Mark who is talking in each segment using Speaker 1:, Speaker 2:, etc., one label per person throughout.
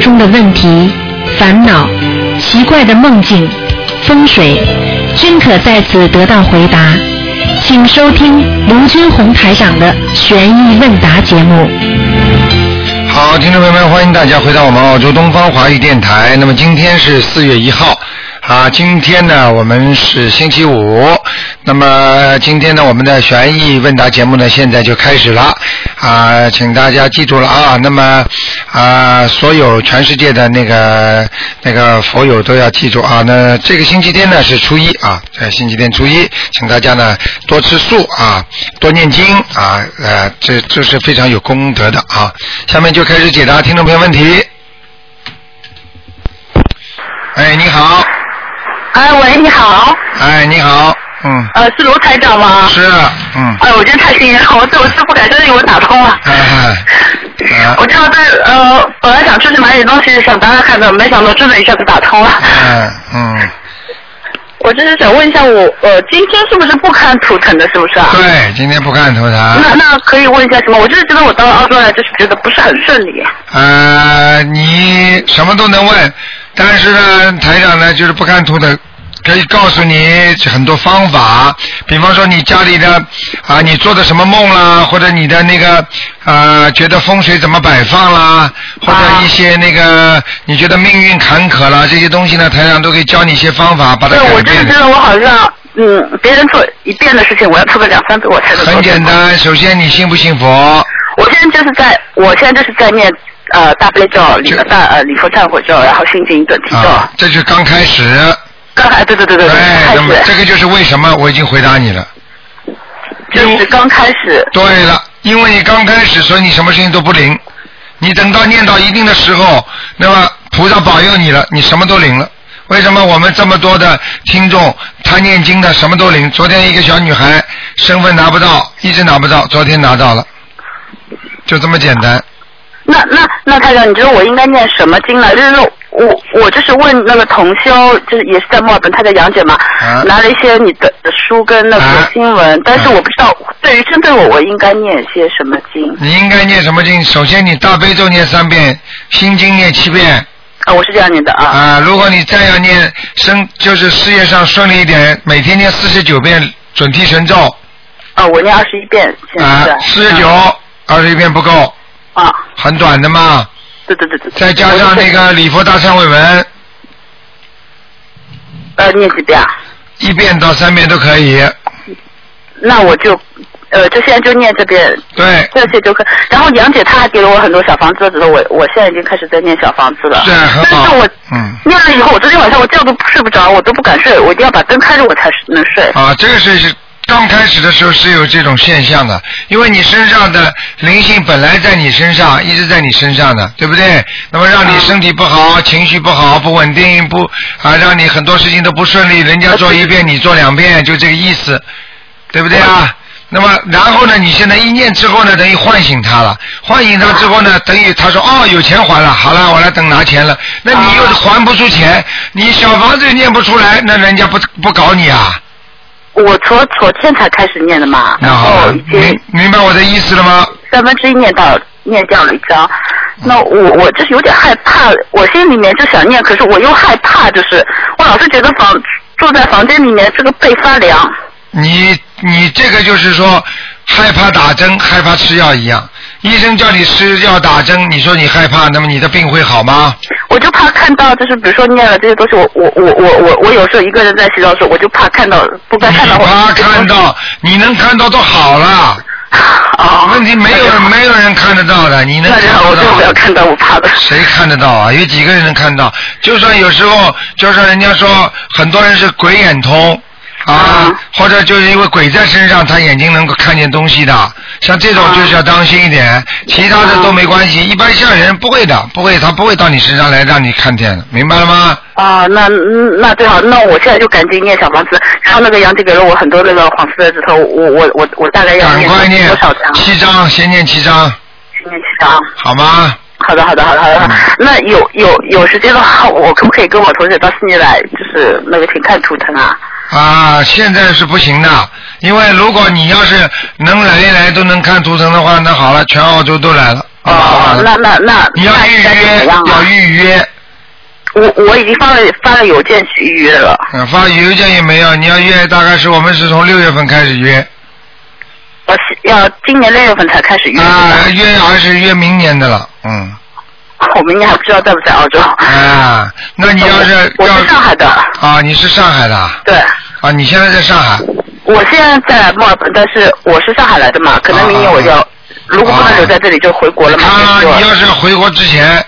Speaker 1: 中的问题、烦恼、奇怪的梦境、风水，均可在此得到回答。请收听卢军红台长的《悬疑问答》节目。
Speaker 2: 好，听众朋友们，欢迎大家回到我们澳洲东方华语电台。那么今天是四月一号，啊，今天呢我们是星期五，那么今天呢我们的悬疑问答节目呢现在就开始了，啊，请大家记住了啊。那么啊，所有全世界的那个那个佛友都要记住啊。那这个星期天呢是初一啊，在星期天初一，请大家呢多吃素啊，多念经啊，呃，这这是非常有功德的啊。下面就开始解答听众朋友问题。哎，你好，
Speaker 3: 哎，喂，你好，
Speaker 2: 哎，你好，嗯，
Speaker 3: 呃，是卢台长吗？
Speaker 2: 是，嗯，
Speaker 3: 哎，我真太幸运了，我对我师傅感谢你给我打通了。
Speaker 2: 哎，哎
Speaker 3: 我知道在呃，本来想出去买点东西，想打打看的，没想到真的一下子打通了。
Speaker 2: 哎，嗯，
Speaker 3: 我就是想问一下我，呃，今天是不是不看图腾的，是不是啊？
Speaker 2: 对，今天不看头疼。
Speaker 3: 那那可以问一下什么？我就是觉得我到澳洲来，就是觉得不是很顺利。
Speaker 2: 呃，你什么都能问，但是呢，台长呢就是不看图的，可以告诉你很多方法，比方说你家里的啊，你做的什么梦啦，或者你的那个呃，觉得风水怎么摆放啦，或者一些那个你觉得命运坎坷啦这些东西呢，台长都可以教你一些方法把它
Speaker 3: 对，我
Speaker 2: 改
Speaker 3: 就是
Speaker 2: 变
Speaker 3: 觉。得我好像，嗯，别人做一遍的事情，我要做个两三遍，我才能做。
Speaker 2: 很简。单，首先你信不信佛？
Speaker 3: 我现在就是在，我现在就是在念呃大悲咒、礼
Speaker 2: 就
Speaker 3: 大呃礼佛忏悔咒，然后心经准提咒。
Speaker 2: 啊，这就刚开始。
Speaker 3: 刚才对对对对对，
Speaker 2: 哎，
Speaker 3: 开
Speaker 2: 那么这
Speaker 3: 始
Speaker 2: 个就是为什么我已经回答你了。
Speaker 3: 就是刚开始。
Speaker 2: 对了，因为你刚开始，所以你什么事情都不灵。你等到念到一定的时候，那么菩萨保佑你了，你什么都灵了。为什么我们这么多的听众，他念经的什么都灵？昨天一个小女孩身份拿不到，一直拿不到，昨天拿到了，就这么简单。
Speaker 3: 那那那太长，你觉得我应该念什么经呢？就是说我我就是问那个同修，就是也是在墨尔本，他在杨姐嘛，
Speaker 2: 啊
Speaker 3: 拿了一些你的书跟那
Speaker 2: 啊
Speaker 3: 个新闻，但是
Speaker 2: 啊
Speaker 3: 我不知道对于针对我，我应该念些什么经
Speaker 2: 你应该念什么经？首先你大悲咒念三遍，心经念七遍，
Speaker 3: 啊？我是这样念的啊。嗯
Speaker 2: 啊，如果你再要念生，就是事业上顺利一点，每天念四十九遍准提神咒，
Speaker 3: 啊，我念二十一遍，现
Speaker 2: 啊
Speaker 3: 在，
Speaker 2: 四十九，二十一遍不够，
Speaker 3: 嗯啊，
Speaker 2: 很短的嘛。
Speaker 3: 对对对对。对
Speaker 2: 再加上那个礼佛大忏悔文，
Speaker 3: 呃，念几遍啊？
Speaker 2: 一遍到三遍都可以。
Speaker 3: 那我就呃，就现在就念这边
Speaker 2: 对，
Speaker 3: 这些就可。然后杨姐她还给了我很多小房子，只是我我现在已经开始在念小房子了。
Speaker 2: 是啊很
Speaker 3: 但
Speaker 2: 好
Speaker 3: 是我。
Speaker 2: 嗯，
Speaker 3: 念了以后，我昨天晚上我觉都睡不着，我都不敢睡，我一定要把灯开着我才能睡。
Speaker 2: 啊，这个是刚开始的时候是有这种现象的，因为你身上的灵性本来在你身上，一直在你身上的，对不对？那么让你身体不好，情绪不好，不稳定，不啊，让你很多事情都不顺利，人家做一遍你做两遍，就这个意思，对不对啊？那么，然后呢？你现在一念之后呢，等于唤醒他了。唤醒他之后呢，等于他说：“哦，有钱还了，好了，我来等拿钱了。”那你又还不出钱，你小房子也念不出来，那人家不不搞你啊？
Speaker 3: 我昨昨天才开始念的嘛，
Speaker 2: 那
Speaker 3: 然
Speaker 2: 好
Speaker 3: 后
Speaker 2: 了，
Speaker 3: 已经
Speaker 2: 明明白我的意思了吗？嗯
Speaker 3: 三分之一念到念掉了一张。那我我就是有点害怕，我心里面就想念，可是我又害怕，就是我老是觉得房坐在房间里面这个背发凉。
Speaker 2: 你你这个就是说害怕打针，害怕吃药一样。医生叫你吃药打针，你说你害怕，那么你的病会好吗？
Speaker 3: 我就怕看到，就是比如说念了这些东西，我我我我我我有时候一个人在洗澡的时候，我就怕看到不该
Speaker 2: 你
Speaker 3: 看到或者
Speaker 2: 怕
Speaker 3: 这些
Speaker 2: 看
Speaker 3: 东西
Speaker 2: 到，你能看到都好 了。
Speaker 3: 啊，
Speaker 2: 问题没有 人没有人看得到的，你能
Speaker 3: 那
Speaker 2: 看
Speaker 3: 就好，
Speaker 2: 得
Speaker 3: 我就不要
Speaker 2: 到。
Speaker 3: 看到我怕的。
Speaker 2: 谁看得到啊？有几个人能看到？就算有时候，就算人家说很多人是鬼眼通啊，
Speaker 3: 嗯
Speaker 2: 或者就是因为鬼在身上，他眼睛能够看见东西的，像这种就是要当心一点，其他的都没关系。一般像人不会的，不会，他不会到你身上来让你看见的，明白了吗？
Speaker 3: 啊，那嗯那最好，那我现在就赶紧念小房子。然后那个杨姐给了我很多那个黄色的纸头，我我我我大概要
Speaker 2: 赶快
Speaker 3: 念
Speaker 2: 念
Speaker 3: 多少张？
Speaker 2: 七章，先念七章，
Speaker 3: 念七张。
Speaker 2: 好吗？
Speaker 3: 好的，好的，好的，好
Speaker 2: 嗯
Speaker 3: 的。那有有有时间的话，我可不可以跟我同学到悉尼来，就是那个请看图腾啊？
Speaker 2: 啊，现在是不行的，因为如果你要是能来一来都能看图腾的话，那好了，全澳洲都来了。好不好
Speaker 4: 哦，那那那
Speaker 2: 你要
Speaker 4: 那
Speaker 2: 预
Speaker 4: 应该怎
Speaker 2: 约，
Speaker 4: 么样
Speaker 2: 要
Speaker 4: 啊？
Speaker 2: 预约。
Speaker 4: 我我已经发了发了邮件去预约了。
Speaker 2: 嗯，发邮件也没有，你要约，大概是我们是从六月份开始约
Speaker 4: 我是要今年六月份才开始约，
Speaker 2: 啊，约还是约明年的了，嗯
Speaker 4: 我明年还不知道在不在澳洲。
Speaker 2: 啊，那你要是
Speaker 4: 我
Speaker 2: 要
Speaker 4: 是上海的，
Speaker 2: 啊，你是上海的啊
Speaker 4: 对，
Speaker 2: 啊，你现在在上海，
Speaker 4: 我现在在墨尔本，但是我是上海来的嘛，可能明
Speaker 2: 哦
Speaker 4: 年我就要，如果不能留在这里就回国了嘛。
Speaker 2: 他
Speaker 4: 就是说
Speaker 2: 啊你要是回国之前，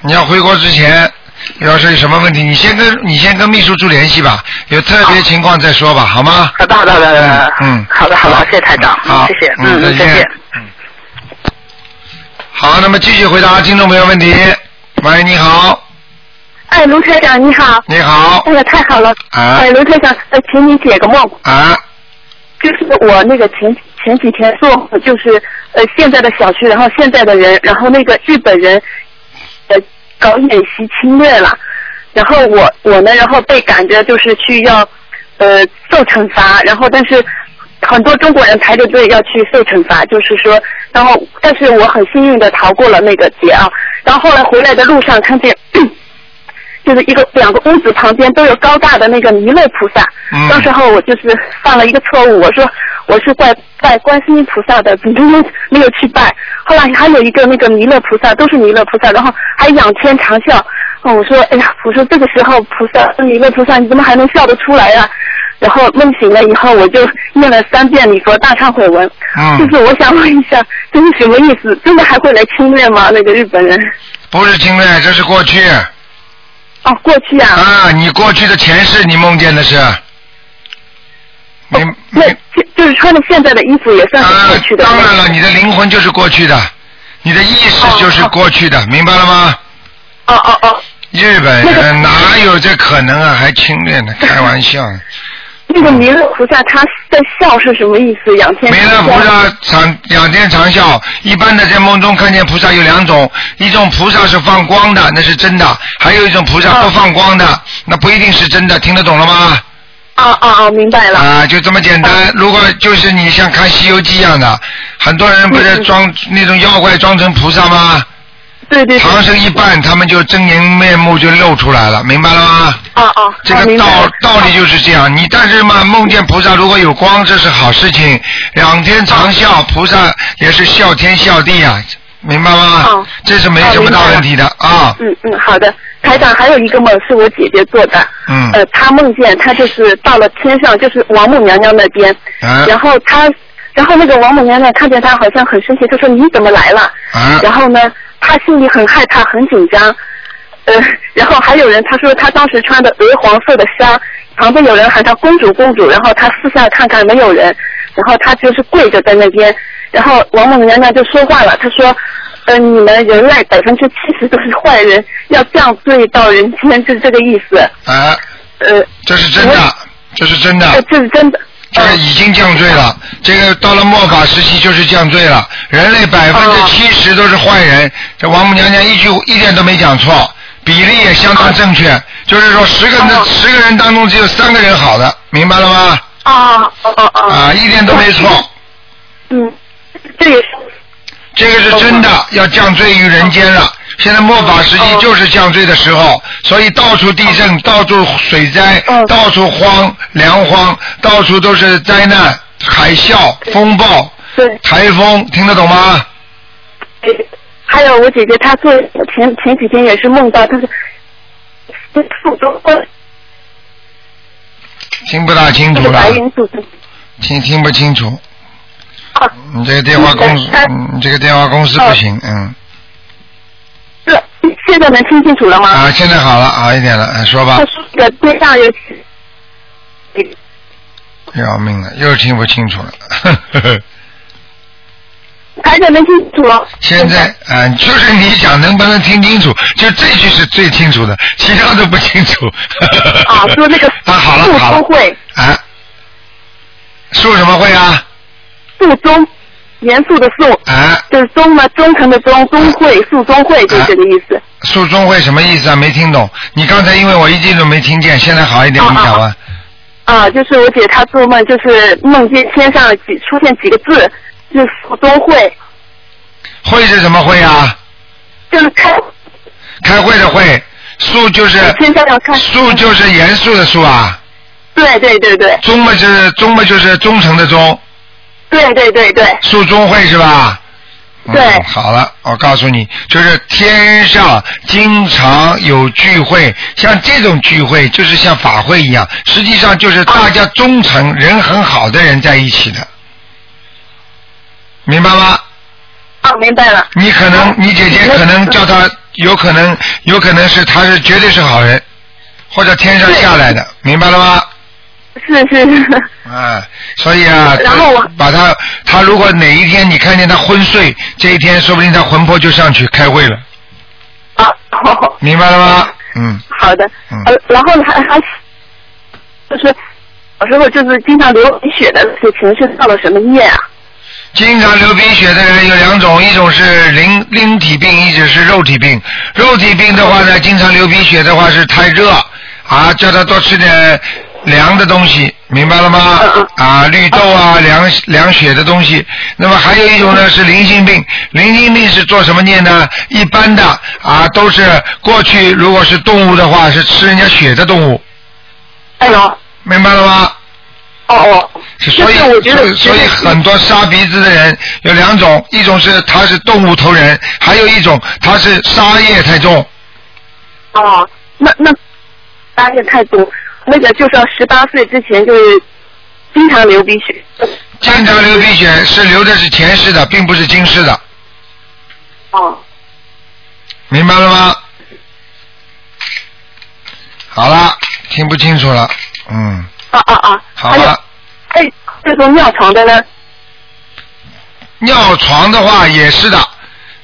Speaker 2: 你要回国之前，要是有什么问题，你先跟你先跟秘书处联系吧，有特别情况再说吧，好吗？
Speaker 4: 啊好的好的好的，
Speaker 2: 嗯嗯
Speaker 4: 好的好的，谢谢台长，
Speaker 2: 好，
Speaker 4: 谢谢，
Speaker 2: 嗯，
Speaker 4: 嗯，再见。。
Speaker 2: 嗯。好，那么继续回答听众朋友问题。喂，你好，
Speaker 3: 哎，卢台长你好。
Speaker 2: 你好
Speaker 3: 哎，呀，太好了！
Speaker 2: 啊
Speaker 3: 哎，卢台长，呃，请你解个梦。
Speaker 2: 啊，
Speaker 3: 就是我那个前前几天做梦，就是呃现在的小区，然后现在的人，然后那个日本人呃搞演习侵略了，然后我我呢，然后被赶着就是去要呃受惩罚，然后但是很多中国人排着队要去受惩罚，就是说，然后但是我很幸运的逃过了那个劫啊，然后后来回来的路上看见。就是一个两个屋子旁边都有高大的那个弥勒菩萨，
Speaker 2: 嗯
Speaker 3: 当时然后我就是犯了一个错误，我说我是拜拜观世音菩萨的，没有没有去拜。后来还有一个那个弥勒菩萨，都是弥勒菩萨，然后还仰天长笑。哦，我说哎呀，我说这个时候菩萨弥勒菩萨，你怎么还能笑得出来呀、然后梦醒了以后，我就念了三遍礼佛大忏悔文。
Speaker 2: 嗯
Speaker 3: 就是我想问一下，这是什么意思？真的还会来侵略吗？那个日本人？
Speaker 2: 不是侵略，这是过去
Speaker 3: 哦，过去啊。
Speaker 2: 啊，你过去的前世你梦见的是，你
Speaker 3: 那
Speaker 2: 你
Speaker 3: 就就是穿的现在的衣服也算是
Speaker 2: 啊
Speaker 3: 过去，的。
Speaker 2: 当然了，你的灵魂就是过去的，你的意识就是过去的，明白了吗？
Speaker 3: 哦哦哦，
Speaker 2: 日本
Speaker 3: 那个
Speaker 2: 人哪有这可能啊？还侵略 呢？开玩笑。
Speaker 3: 那个弥勒菩萨他在笑是什么意思？仰天
Speaker 2: 弥勒菩萨长仰天长啸，一般的在梦中看见菩萨有两种，一种菩萨是放光的，那是真的；还有一种菩萨不放光的，那不一定是真的。听得懂了吗？
Speaker 5: 哦
Speaker 3: 啊啊啊！明白了。嗯
Speaker 2: 啊，就这么简单。如果就是你像看《西游记》一样的，很多人不是
Speaker 3: 嗯嗯
Speaker 2: 装那种妖怪装成菩萨吗？
Speaker 3: 对对对。
Speaker 2: 唐僧一扮，他们就狰狞面目就露出来了，明白了吗？
Speaker 3: 啊啊！
Speaker 2: 这
Speaker 3: 啊
Speaker 2: 个
Speaker 3: 明白
Speaker 2: 道
Speaker 3: 了
Speaker 2: 道理就是这样，你但是嘛，梦见菩萨如果有光，这是好事情。仰天
Speaker 3: 哦
Speaker 2: 长啸，菩萨也是笑天笑地啊，明白吗？
Speaker 3: 哦
Speaker 2: 这是没什么大问题的啊。
Speaker 3: 嗯嗯，好的。台长还有一个梦是我姐姐做的，
Speaker 2: 嗯
Speaker 3: 呃，她梦见她就是到了天上，就是王母娘娘那边，
Speaker 2: 啊
Speaker 3: 然后她，然后那个王母娘娘看见她好像很生气，就说你怎么来了？
Speaker 2: 啊
Speaker 3: 然后呢，她心里很害怕，很紧张，呃，然后还有人她说她当时穿的鹅黄色的纱，旁边有人喊她公主公主，然后她四下看看没有人，然后她就是跪着在那边，然后王母娘娘就说话了，她说。呃，你们人类百分之七十都是坏人，要这样对到人间，就是这个意思。
Speaker 2: 啊，
Speaker 3: 呃，
Speaker 2: 这是真的，这是真的。
Speaker 3: 呃这是真的。哦
Speaker 2: 这个已经降罪了，这个到了末法时期就是降罪了。人类百分
Speaker 3: 哦
Speaker 2: 之七十都是坏人，这王母娘娘一句一点都没讲错，比例也相当正
Speaker 3: 哦
Speaker 2: 确。就是说，十个人十个人当中只有三个人好的，明白了吗？
Speaker 3: 啊哦哦哦，
Speaker 2: 啊，一点都没错，
Speaker 3: 嗯，哦这也是
Speaker 2: 这个是真的，要降罪于人间了。现在末法时
Speaker 3: 哦
Speaker 2: 期就是降罪的时候，所以到处地震，到处水灾，
Speaker 3: 嗯
Speaker 2: 到处荒粮荒，到处都是灾难、海啸、风暴。
Speaker 3: 对。
Speaker 2: 台风，听得懂吗？
Speaker 3: 还有我姐姐她做前前几天也是梦到，她是跟腹中
Speaker 2: 听不大清
Speaker 3: 那
Speaker 2: 楚
Speaker 3: 个
Speaker 2: 了
Speaker 3: 白，云组织。
Speaker 2: 听听不清楚。
Speaker 3: 啊，
Speaker 2: 你这个电话公司
Speaker 3: 嗯，嗯
Speaker 2: 嗯，这个电话公司不行，嗯。
Speaker 3: 哦是现在能听清楚了吗？
Speaker 2: 啊，现在好了，好一点了，哎说吧
Speaker 3: 她。说那个边上有
Speaker 2: 要命了，又听不清楚了。呵呵 呵
Speaker 3: 台长能听楚了。
Speaker 2: 现在，嗯，就是你讲能不能听清楚，就这句是最清楚的，其他都不清楚。
Speaker 3: 啊，说那个
Speaker 2: 啊，好了
Speaker 3: 腹
Speaker 2: 好
Speaker 3: 中
Speaker 2: 了，
Speaker 3: 会，
Speaker 2: 啊，树什么会啊？
Speaker 3: 腹中严肃的肃，
Speaker 2: 啊，
Speaker 3: 就是忠嘛，忠诚的忠，忠会，肃忠会，就是这个意思。
Speaker 2: 树中会什么意思啊？没听懂。你刚才因为我一记都没听见，现在好一点，你讲
Speaker 3: 啊啊
Speaker 2: 吧。
Speaker 3: 啊，就是我姐她做梦，就是梦见天上几出现几个字，就是福中会，
Speaker 2: 会是什么会啊？
Speaker 3: 就是开
Speaker 2: 开会的会，肃就是
Speaker 3: 现在要开
Speaker 2: 肃就是严肃的肃啊，
Speaker 3: 对对对对
Speaker 2: 忠嘛就是忠嘛就是忠诚的忠，
Speaker 3: 对对对对，
Speaker 2: 肃忠会是吧？嗯
Speaker 3: 对
Speaker 2: 好了，我告诉你，就是天上经常有聚会，像这种聚会就是像法会一样，实际上就是大家
Speaker 3: 啊
Speaker 2: 忠诚、人很好的人在一起的，明白吗？
Speaker 3: 啊，明白了。嗯
Speaker 2: 你可能，你姐姐可能叫他，有可能，有可能是他是绝对是好人，或者天上下来的，明白了吗？
Speaker 3: 是是是，
Speaker 2: 啊，所以啊，
Speaker 3: 然后我
Speaker 2: 把他，他如果哪一天你看见他昏睡，这一天说不定他魂魄就上去开会了，
Speaker 3: 啊，好，
Speaker 2: 明白了吗？嗯，
Speaker 3: 好的
Speaker 2: 嗯，
Speaker 3: 呃，然后还还就是有时候就是经常流鼻血的这情绪到了什么夜啊？
Speaker 2: 经常流鼻血的人有两种，一种是灵灵体病，一种是肉体病。肉体病的话呢，经常流鼻血的话是太热啊，叫他多吃点凉的东西，明白了 吗
Speaker 3: 嗯？
Speaker 2: 啊，绿豆 啊，凉凉血的东西。那么还有一种呢是灵性病，灵性病是做什么念呢？一般的啊都是过去如果是动物的话是吃人家血的动物，
Speaker 3: 哎呦，哦
Speaker 2: 明白了吗？
Speaker 3: 哦，就
Speaker 2: 所以
Speaker 3: 是我觉得
Speaker 2: 所以，所以很多杀鼻子的人有两种，一种是他是动物头人，还有一种他是杀业太重。
Speaker 3: 哦，那那八月太多，那个就是要十八岁之前就是经常流鼻血。
Speaker 2: 经常流鼻血是流的是前世的，并不是今世的，
Speaker 3: 哦，
Speaker 2: 明白了吗？好了，听不清楚了，嗯，
Speaker 3: 啊啊啊！
Speaker 2: 好
Speaker 3: 还有
Speaker 2: 了。，
Speaker 3: 哎，这种尿床的呢？
Speaker 2: 尿床的话也是的，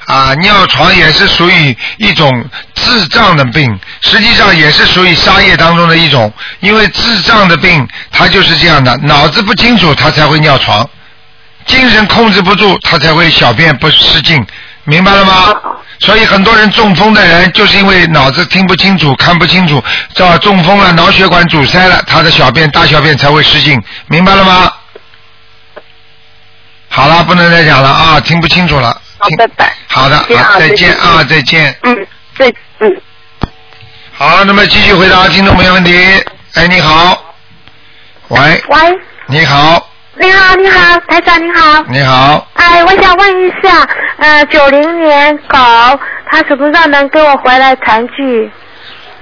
Speaker 2: 啊，尿床也是属于一种智障的病，实际上也是属于沙业当中的一种，因为智障的病它就是这样的，脑子不清楚它才会尿床，精神控制不住它才会小便不失禁，明白了吗？所以很多人中风的人就是因为脑子听不清楚、看不清楚，叫中风了，脑血管阻塞了，他的小便大小便才会失禁，明白了吗？好了，不能再讲了啊，听不清楚了。
Speaker 3: 好
Speaker 2: 听
Speaker 3: 拜拜
Speaker 2: 好的，
Speaker 3: 再见啊
Speaker 2: 好再见啊，
Speaker 3: 再见
Speaker 2: 再见。
Speaker 3: 嗯，对，嗯，
Speaker 2: 好，那么继续回答听众朋友问题。哎，你好，喂，
Speaker 6: 喂，
Speaker 2: 你好，
Speaker 6: 你好，你好，台长你好。
Speaker 2: 你好，
Speaker 6: 哎，我想问一下，呃，九零年狗，他什么时候能跟我回来团聚？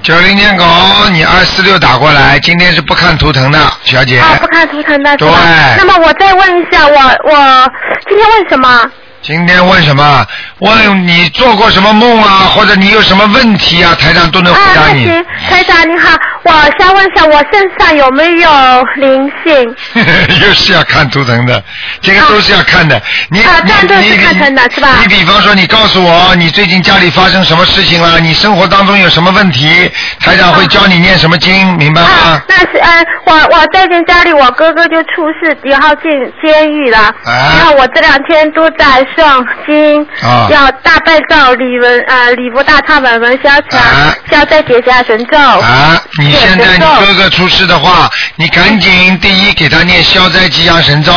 Speaker 2: 九零年狗，你二四六打过来，今天是不看图腾的，小姐。
Speaker 6: 啊，不看图腾的是
Speaker 2: 对
Speaker 6: 吧？那么我再问一下，我我今天问什么？
Speaker 2: 今天问什么？问你做过什么梦啊，或者你有什么问题啊，台上都能
Speaker 6: 啊
Speaker 2: 回，答
Speaker 6: 那
Speaker 2: 你。
Speaker 6: 行，台长你好，我想问一下，我身上有没有灵性？
Speaker 2: 又是要看图腾的，这个都是要看的。你
Speaker 6: 啊
Speaker 2: 你
Speaker 6: 战斗
Speaker 2: 你
Speaker 6: 是看成的是吧
Speaker 2: 你比方说，你告诉我你最近家里发生什么事情了，你生活当中有什么问题，台长会教你念什么经，明白吗
Speaker 6: 啊，？那是呃，我我最近家里我哥哥就出事，然后进监狱
Speaker 2: 啊
Speaker 6: 了，然后我这两天都在诵经，
Speaker 2: 啊
Speaker 6: 要大悲咒、礼文呃礼佛大忏悔文消长，
Speaker 2: 啊
Speaker 6: 消灾解下神咒。
Speaker 2: 啊，你
Speaker 6: 对
Speaker 2: 现在
Speaker 6: 神
Speaker 2: 你
Speaker 6: 咒
Speaker 2: 哥哥出事的话，你赶紧第一给他念消灾吉祥神咒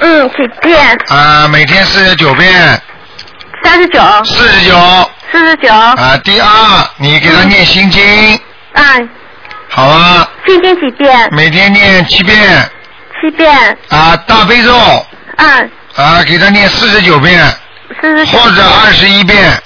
Speaker 6: 嗯，几遍？
Speaker 2: 啊，每天四十九遍，
Speaker 6: 三十九、
Speaker 2: 四十九
Speaker 6: 四十九，
Speaker 2: 啊。第二，你给他念心经，
Speaker 6: 嗯，
Speaker 2: 好啊吗？
Speaker 6: 心经几遍？
Speaker 2: 每天念七遍
Speaker 6: 七遍，
Speaker 2: 啊，大悲咒。
Speaker 6: 嗯，
Speaker 2: 啊，给他念四十九遍，
Speaker 6: 四十九，
Speaker 2: 或者二十一遍，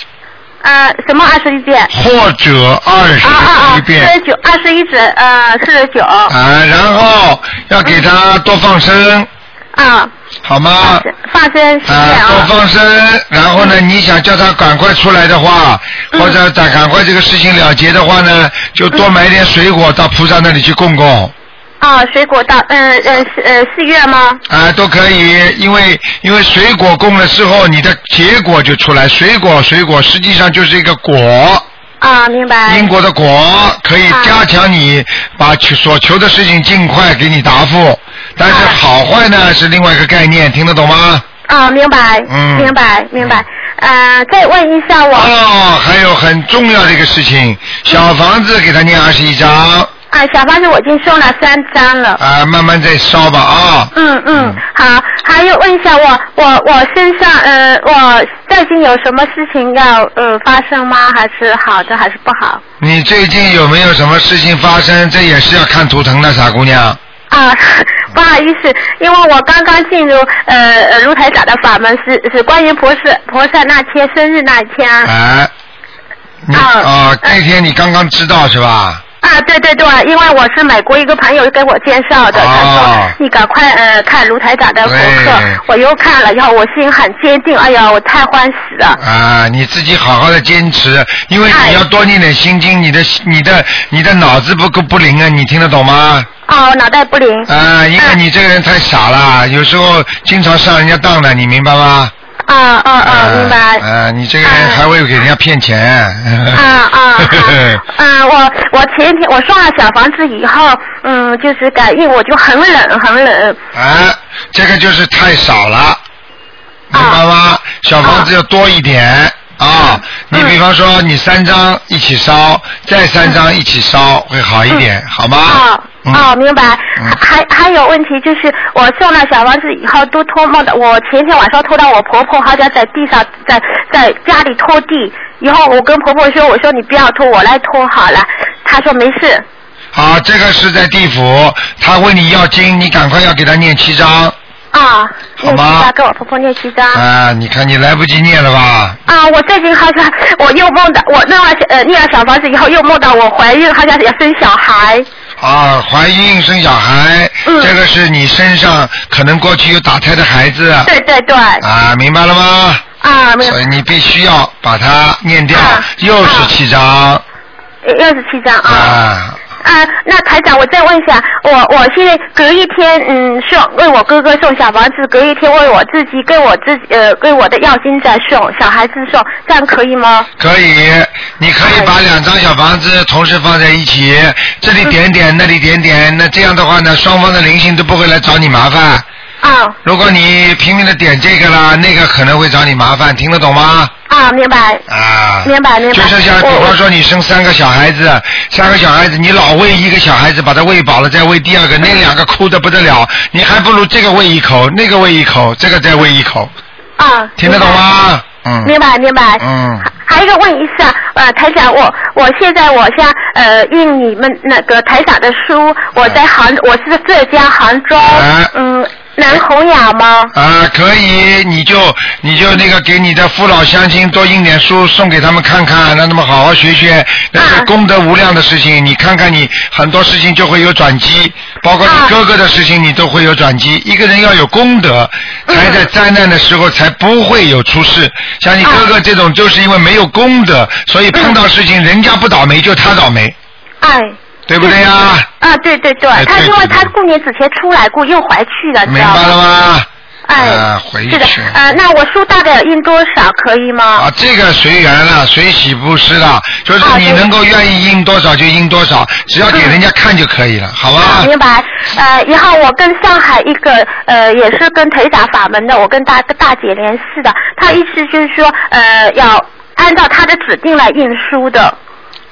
Speaker 6: 呃，什么二十一遍？
Speaker 2: 或者二
Speaker 6: 啊啊
Speaker 2: 十
Speaker 6: 啊
Speaker 2: 一！
Speaker 6: 四
Speaker 2: 遍
Speaker 6: 十九，二十一指呃四十九，
Speaker 2: 啊，然后要给他多放生，
Speaker 6: 啊，
Speaker 2: 好吗？
Speaker 6: 放生
Speaker 2: 啊
Speaker 6: 十
Speaker 2: 嗯
Speaker 6: 遍，
Speaker 2: 多
Speaker 6: 啊。嗯
Speaker 2: 放生，然后呢，你想叫他赶快出来的话，或者赶赶快这个事情了结的话呢，就多买点水果到菩萨那里去供供。
Speaker 6: 啊，水果到，嗯呃四呃四月吗？
Speaker 2: 啊，都可以，因为因为水果供了之后，你的结果就出来。水果水果实际上就是一个果，
Speaker 6: 啊，明白
Speaker 2: 因。果的果可以加强你把求所求的事情尽快给你答复，但是
Speaker 6: 啊
Speaker 2: 好坏呢是另外一个概念，听得懂吗？
Speaker 6: 啊，明白。
Speaker 2: 嗯
Speaker 6: 明白，明白。呃，再问一下我，
Speaker 2: 哦哦，还有很重要的一个事情，小房子给他念二十一章，
Speaker 6: 啊，小房子我已经送了三张了。
Speaker 2: 啊，慢慢再烧吧啊。
Speaker 6: 嗯嗯，好。还有问一下我，我我身上，呃，我最近有什么事情要呃发生吗？还是好的，还是不好？
Speaker 2: 你最近有没有什么事情发生？这也是要看图腾的，傻姑娘。
Speaker 6: 啊， 不好意思，因为我刚刚进入呃呃卢台长的法门是是观音菩萨菩萨那天生日那天啊
Speaker 2: 哎，你啊，那天你刚刚知道是吧？
Speaker 6: 啊对对对，因为我是美国一个朋友给我介绍的，
Speaker 2: 啊
Speaker 6: 他
Speaker 2: 哦
Speaker 6: 说你赶快呃看卢台长的博客
Speaker 2: 对，
Speaker 6: 我又看了，然后我心很坚定，哎呀，我太欢喜了，
Speaker 2: 啊，哎你自己好好的坚持，因为你要多念点心经，你的你的你的脑子不够不灵啊，你听得懂吗？
Speaker 6: 哦，脑袋不灵，
Speaker 2: 啊，因为你这个人太傻了，有时候经常上人家当的，你明白吗？
Speaker 6: 啊啊啊，明白。
Speaker 2: 啊，你这个人还会给人家骗钱。
Speaker 6: 啊啊嗯，我我前天我上了小房子以后，嗯，就是感应我就很冷很冷，
Speaker 2: 啊，这个就是太少
Speaker 6: 啊
Speaker 2: 了，明白吗？小房子要多一点啊。
Speaker 6: 嗯
Speaker 2: 你比方说，你三张一起烧，再三
Speaker 6: 嗯
Speaker 2: 张一起烧会好一点，好嗯吗？
Speaker 6: 哦哦，明白。还还有问题就是，我送了小房子以后都托梦的。我前天晚上托到我婆婆好像在地上，在在家里拖地。以后我跟婆婆说，我说你不要拖，我来拖好了。她说没事。
Speaker 2: 好，这个是在地府，他问你要经，你赶快要给他念七张
Speaker 6: 啊、念
Speaker 2: 好吗
Speaker 6: 七张，跟我婆婆念七张。
Speaker 2: 啊！你看你来不及念了吧？
Speaker 6: 啊，我最近好像我又梦到我弄了呃念了小房子以后，又梦到我怀孕，好像要生小孩。
Speaker 2: 啊，怀孕生小孩，
Speaker 6: 嗯
Speaker 2: 这个是你身上可能过去有打胎的孩子。
Speaker 6: 对对对。
Speaker 2: 啊，明白了吗？
Speaker 6: 啊，没有
Speaker 2: 所以你必须要把它念掉，又是七张
Speaker 6: 啊六十七张啊。
Speaker 2: 啊
Speaker 6: 啊，那台长，我再问一下，我我现在隔一天，嗯，送为我哥哥送小房子，隔一天为我自己跟我自己呃跟我的药精者送，小孩子送，这样可以吗？
Speaker 2: 可以，你可以把两张小房子同时放在一起，这里点点，那里点点，那这样的话呢，双方的灵性都不会来找你麻烦。
Speaker 6: 啊
Speaker 2: 如果你拼命的点这个啦，那个可能会找你麻烦，听得懂吗？
Speaker 6: 啊，明白
Speaker 2: 啊，
Speaker 6: 明白明白。
Speaker 2: 就是像比
Speaker 6: 我
Speaker 2: 方说你生三个小孩子，三个小孩子你老喂一个小孩子，把他喂饱了再喂第二个，那两个哭的不得了，你还不如这个喂一口，那个喂一口，这个再喂一口，
Speaker 6: 啊，
Speaker 2: 听得懂吗？嗯，
Speaker 6: 明白明白。
Speaker 2: 嗯，
Speaker 6: 还有一个问一下，呃，台长，我我现在我现在呃印你们那个台长的书，
Speaker 2: 哎
Speaker 6: 我在杭，我是浙江杭州，嗯，能弘雅吗？
Speaker 2: 啊，可以，你就你就那个给你的父老乡亲多印点书送给他们看看，让他们好好学学，那是功德无量的事情。你看看你很多事情就会有转机，包括你哥哥的事情，你都会有转机。一个人要有功德，
Speaker 6: 嗯
Speaker 2: 才在灾难的时候才不会有出事。像你哥哥这种，就是因为没有功德，
Speaker 6: 嗯
Speaker 2: 所以碰到事情人家不倒霉就他倒霉，
Speaker 6: 哎。
Speaker 2: 对不对呀、
Speaker 6: 啊，对对对，
Speaker 2: 哎
Speaker 6: 他
Speaker 2: 对
Speaker 6: 因
Speaker 2: 对
Speaker 6: 为他过年之前出来过，又回去了，知
Speaker 2: 明
Speaker 6: 道
Speaker 2: 白了
Speaker 6: 吗？
Speaker 2: 吗？
Speaker 6: 哎
Speaker 2: 啊，回
Speaker 6: 是的
Speaker 2: 去。，
Speaker 6: 呃，那我书大概印多少可以吗？
Speaker 2: 啊，这个随缘了，随喜不施了，就是
Speaker 6: 啊
Speaker 2: 你
Speaker 6: 对嗯
Speaker 2: 能够愿意印多少就印多少，只要给人家看就可以了，好吧？
Speaker 6: 啊明白。呃，然后我跟上海一个呃，也是跟腿长法门的，我跟大大姐联系的，她意思就是说，呃，要按照她的指定来印书的。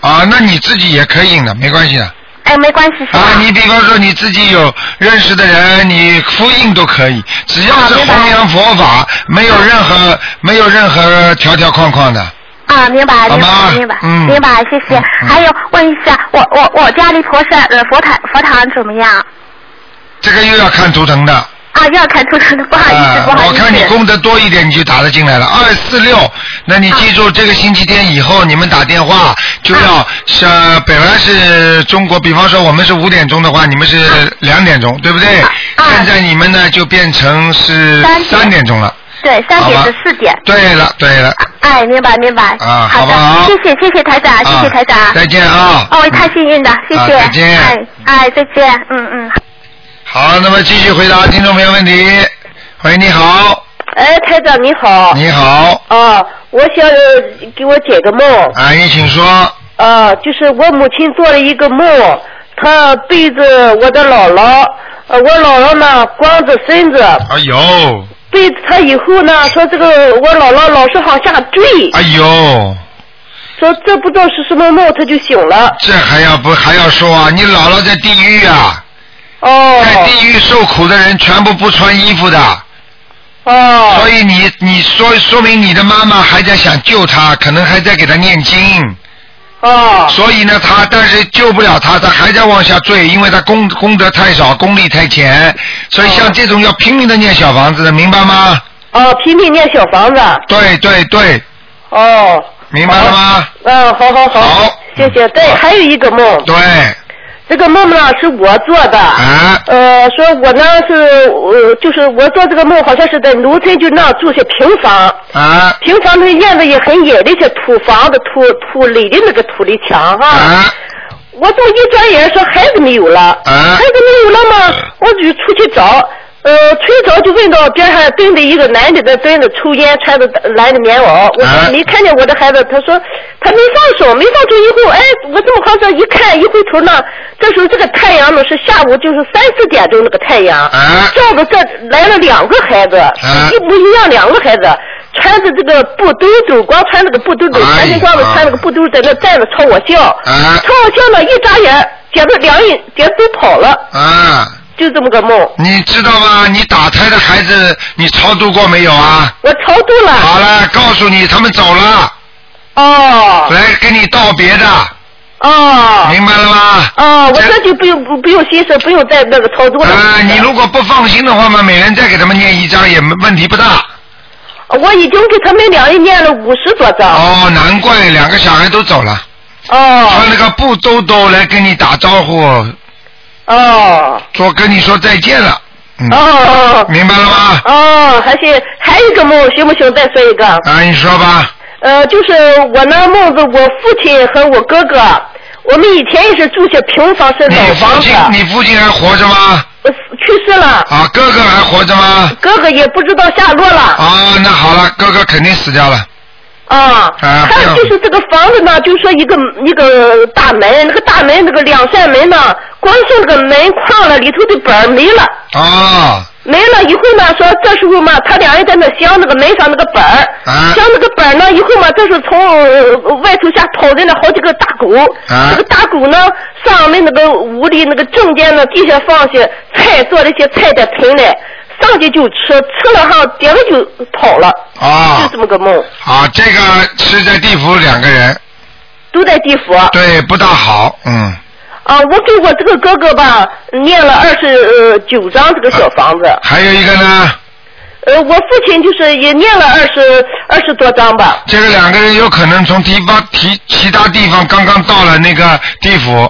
Speaker 2: 啊，那你自己也可以印的，没关系的。
Speaker 6: 哎，没关系是吧？
Speaker 2: 啊，你比方说你自己有认识的人，你复印都可以，只要是
Speaker 6: 啊
Speaker 2: 弘扬佛法，没有任何没有任何条条框框的。
Speaker 6: 啊，明白，
Speaker 2: 好
Speaker 6: 明
Speaker 2: 吗
Speaker 6: 白，明白，
Speaker 2: 嗯
Speaker 6: 明白，谢谢。还有问一下，我我我家里菩萨呃佛台佛堂怎么样？
Speaker 2: 这个又要看图腾的。
Speaker 6: 啊，又要看出来了，不好意思，
Speaker 2: 啊
Speaker 6: 不，好
Speaker 2: 我
Speaker 6: 意思。
Speaker 2: 看你功德多一点，你就打得进来了。二四六，那你记住，这个星期天以后你们打电话就
Speaker 6: 啊
Speaker 2: 要是本来是中国，比方说我们是五点钟的话，你们是
Speaker 6: 啊
Speaker 2: 两点钟，对不对？现在你们呢就变成是
Speaker 6: 三点
Speaker 2: 三点钟了。
Speaker 6: 对，三点
Speaker 2: 好吧
Speaker 6: 至四点。
Speaker 2: 对了，对了，
Speaker 6: 哎，明白明白。
Speaker 2: 啊好
Speaker 6: 好
Speaker 2: 不
Speaker 6: 的，
Speaker 2: 好啊
Speaker 6: 谢谢谢谢台长，谢谢台长。
Speaker 2: 再见啊
Speaker 6: 哦，我太幸运了，谢谢。
Speaker 2: 啊再见
Speaker 6: 哎哎，再见，嗯嗯。
Speaker 2: 好，那么继续回答听众朋友问题。喂，你好，
Speaker 6: 呃
Speaker 7: 哎，台长你好。
Speaker 2: 你好，
Speaker 7: 哦，我想呃给我解个梦。
Speaker 2: 啊，你请说。
Speaker 7: 呃，就是我母亲做了一个梦，她背着我的姥姥，呃，我姥姥呢光着身子，
Speaker 2: 哎呦，
Speaker 7: 背着她以后呢，说这个我姥姥老是往下坠，
Speaker 2: 哎哎呦，
Speaker 7: 说这不知道是什么梦，他就醒了。
Speaker 2: 这还要不还要说啊？你姥姥在地狱啊，
Speaker 7: 哦
Speaker 2: 在地狱受苦的人全部不穿衣服的，
Speaker 7: 哦
Speaker 2: 所以你你说说明你的妈妈还在想救她，可能还在给她念经，
Speaker 7: 哦
Speaker 2: 所以呢，她但是救不了她，她还在往下坠，因为她功功德太少，功力太浅，所以像这种要拼命的念小房子的，明白吗？
Speaker 7: 哦，拼命念小房子。
Speaker 2: 对对对，
Speaker 7: 哦，
Speaker 2: 明白了吗？
Speaker 7: 嗯，好好好，
Speaker 2: 好
Speaker 7: 谢谢。对，还有一个梦，
Speaker 2: 对，
Speaker 7: 这个梦呢是我做的。
Speaker 2: 啊，
Speaker 7: 呃，说我呢是，呃，就是我做这个梦，好像是在农村，就那住些平房，
Speaker 2: 啊
Speaker 7: 平房那院子也很野的，些土房子、土土垒的那个土垒墙哈、
Speaker 2: 啊
Speaker 7: 我这一转眼说孩子没有了，
Speaker 2: 啊
Speaker 7: 孩子没有了嘛，我就出去找，呃，出去找就问到边上蹲着一个男的在蹲着抽烟，穿着蓝的棉袄，我
Speaker 2: 啊
Speaker 7: 说没看见我的孩子，他说他没放手，没放手以后，哎，我这么好像一看一回头呢，这时候这个太阳呢是下午就是三四点钟那个太阳，
Speaker 2: 啊
Speaker 7: 照着这来了两个孩子，
Speaker 2: 啊
Speaker 7: 一模一样两个孩子。穿着这个布兜兜，光穿着个布兜兜，
Speaker 2: 哎
Speaker 7: 全身光着
Speaker 2: 呀
Speaker 7: 穿着个布兜兜，在那站着朝我笑。
Speaker 2: 啊
Speaker 7: 朝我笑呢，一眨眼，姐妹两人姐都跑了，
Speaker 2: 啊！
Speaker 7: 就这么个梦。
Speaker 2: 你知道吗？你打胎的孩子，你超度过没有啊？
Speaker 7: 我超度了。
Speaker 2: 好了，告诉你，他们走了，
Speaker 7: 哦
Speaker 2: 来跟你道别的，
Speaker 7: 哦
Speaker 2: 明白了吗？
Speaker 7: 哦，
Speaker 2: 这
Speaker 7: 我这就不用不不用心思，不用再那个超度了。
Speaker 2: 啊，你如果不放心的话嘛，每人再给他们念一张也没问题不大。
Speaker 7: 我已经给他们两人念了五十多章。
Speaker 2: 哦，难怪两个小孩都走了，穿
Speaker 7: 哦
Speaker 2: 了个布兜兜来跟你打招呼，
Speaker 7: 哦
Speaker 2: 说跟你说再见了。嗯，
Speaker 7: 哦
Speaker 2: 明白了吗？
Speaker 7: 哦，还是还有一个梦，行不行？再说一个。
Speaker 2: 啊，你说吧。
Speaker 7: 呃，就是我呢，梦着我父亲和我哥哥，我们以前也是住些平房，是
Speaker 2: 你
Speaker 7: 老
Speaker 2: 父
Speaker 7: 房子
Speaker 2: 亲，，你父亲还活着吗？
Speaker 7: 呃去世了，
Speaker 2: 啊，哥哥还活着吗？
Speaker 7: 哥哥也不知道下落了。
Speaker 2: 啊，那好了，哥哥肯定死掉了。
Speaker 7: 啊，
Speaker 2: 啊
Speaker 7: 还有就是这个房子呢，就说一个一个大门，那个大门那个两扇门呢，光剩那个门框了，里头的本儿没了，
Speaker 2: 哦，
Speaker 7: 没了以后呢，说这时候嘛，他俩人在那镶那个门上那个本儿，
Speaker 2: 啊
Speaker 7: 镶那个本儿呢，以后嘛，这是从、呃外头下跑进来好几个大狗，
Speaker 2: 啊
Speaker 7: 这个大狗呢，上我们那个屋里那个正间呢，地下放些菜，做了些菜的盆来，上去就吃，吃了哈，结果就跑了，就
Speaker 2: 哦
Speaker 7: 这，么个梦，
Speaker 2: 啊，这个是在地府两个人，
Speaker 7: 都在地府。
Speaker 2: 对，不大好，嗯。
Speaker 7: 啊，我给我这个哥哥吧念了二十呃九张这个小房子，
Speaker 2: 啊还有一个呢，
Speaker 7: 呃，我父亲就是也念了二十二十多张吧。
Speaker 2: 这个两个人有可能从地方其其他地方刚刚到了那个地府，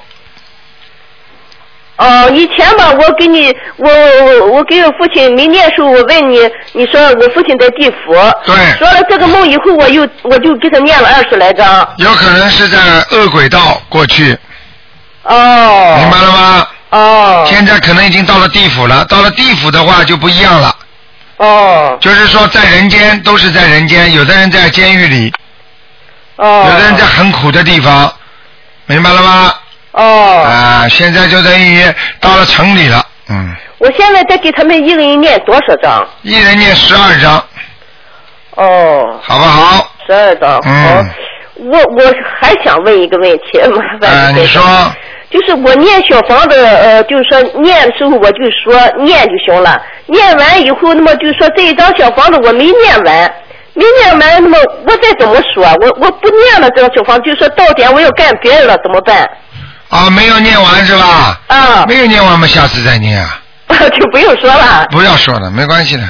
Speaker 7: 哦、以前吧，我给你，我我我给我父亲没念时候，我问你，你说我父亲在地府，
Speaker 2: 对
Speaker 7: 说了这个梦以后，我又我就给他念了二十来张。
Speaker 2: 有可能是在恶鬼道过去，
Speaker 7: 哦，
Speaker 2: 明白了吗？
Speaker 7: 哦，
Speaker 2: 现在可能已经到了地府了，到了地府的话就不一样了，
Speaker 7: 哦，
Speaker 2: 就是说在人间都是在人间，有的人在监狱里，
Speaker 7: 哦，
Speaker 2: 有的人在很苦的地方，明白了吗？
Speaker 7: 哦，
Speaker 2: 啊，现在就等于到了城里了，嗯，
Speaker 7: 我现在再给他们一人念多少张？
Speaker 2: 一人念十二章，
Speaker 7: 哦，
Speaker 2: 好不好？
Speaker 7: 十二张。哦
Speaker 2: 嗯
Speaker 7: 好，我我还想问一个问题，麻烦
Speaker 2: 啊、
Speaker 7: 你
Speaker 2: 你
Speaker 7: 再
Speaker 2: 说
Speaker 7: 讲就是我念小房子，呃，就是说念的时候我就说念就行了，念完以后，那么就是说这一张小房子我没念完，没念完，那么我再怎么说，我我不念了这个小房子，就是说到点我要干别人了怎么办？
Speaker 2: 啊，没有念完是吧？
Speaker 7: 啊，
Speaker 2: 没有念完，我们下次再念啊，
Speaker 7: 就不用说了。
Speaker 2: 不要说了，没关系的，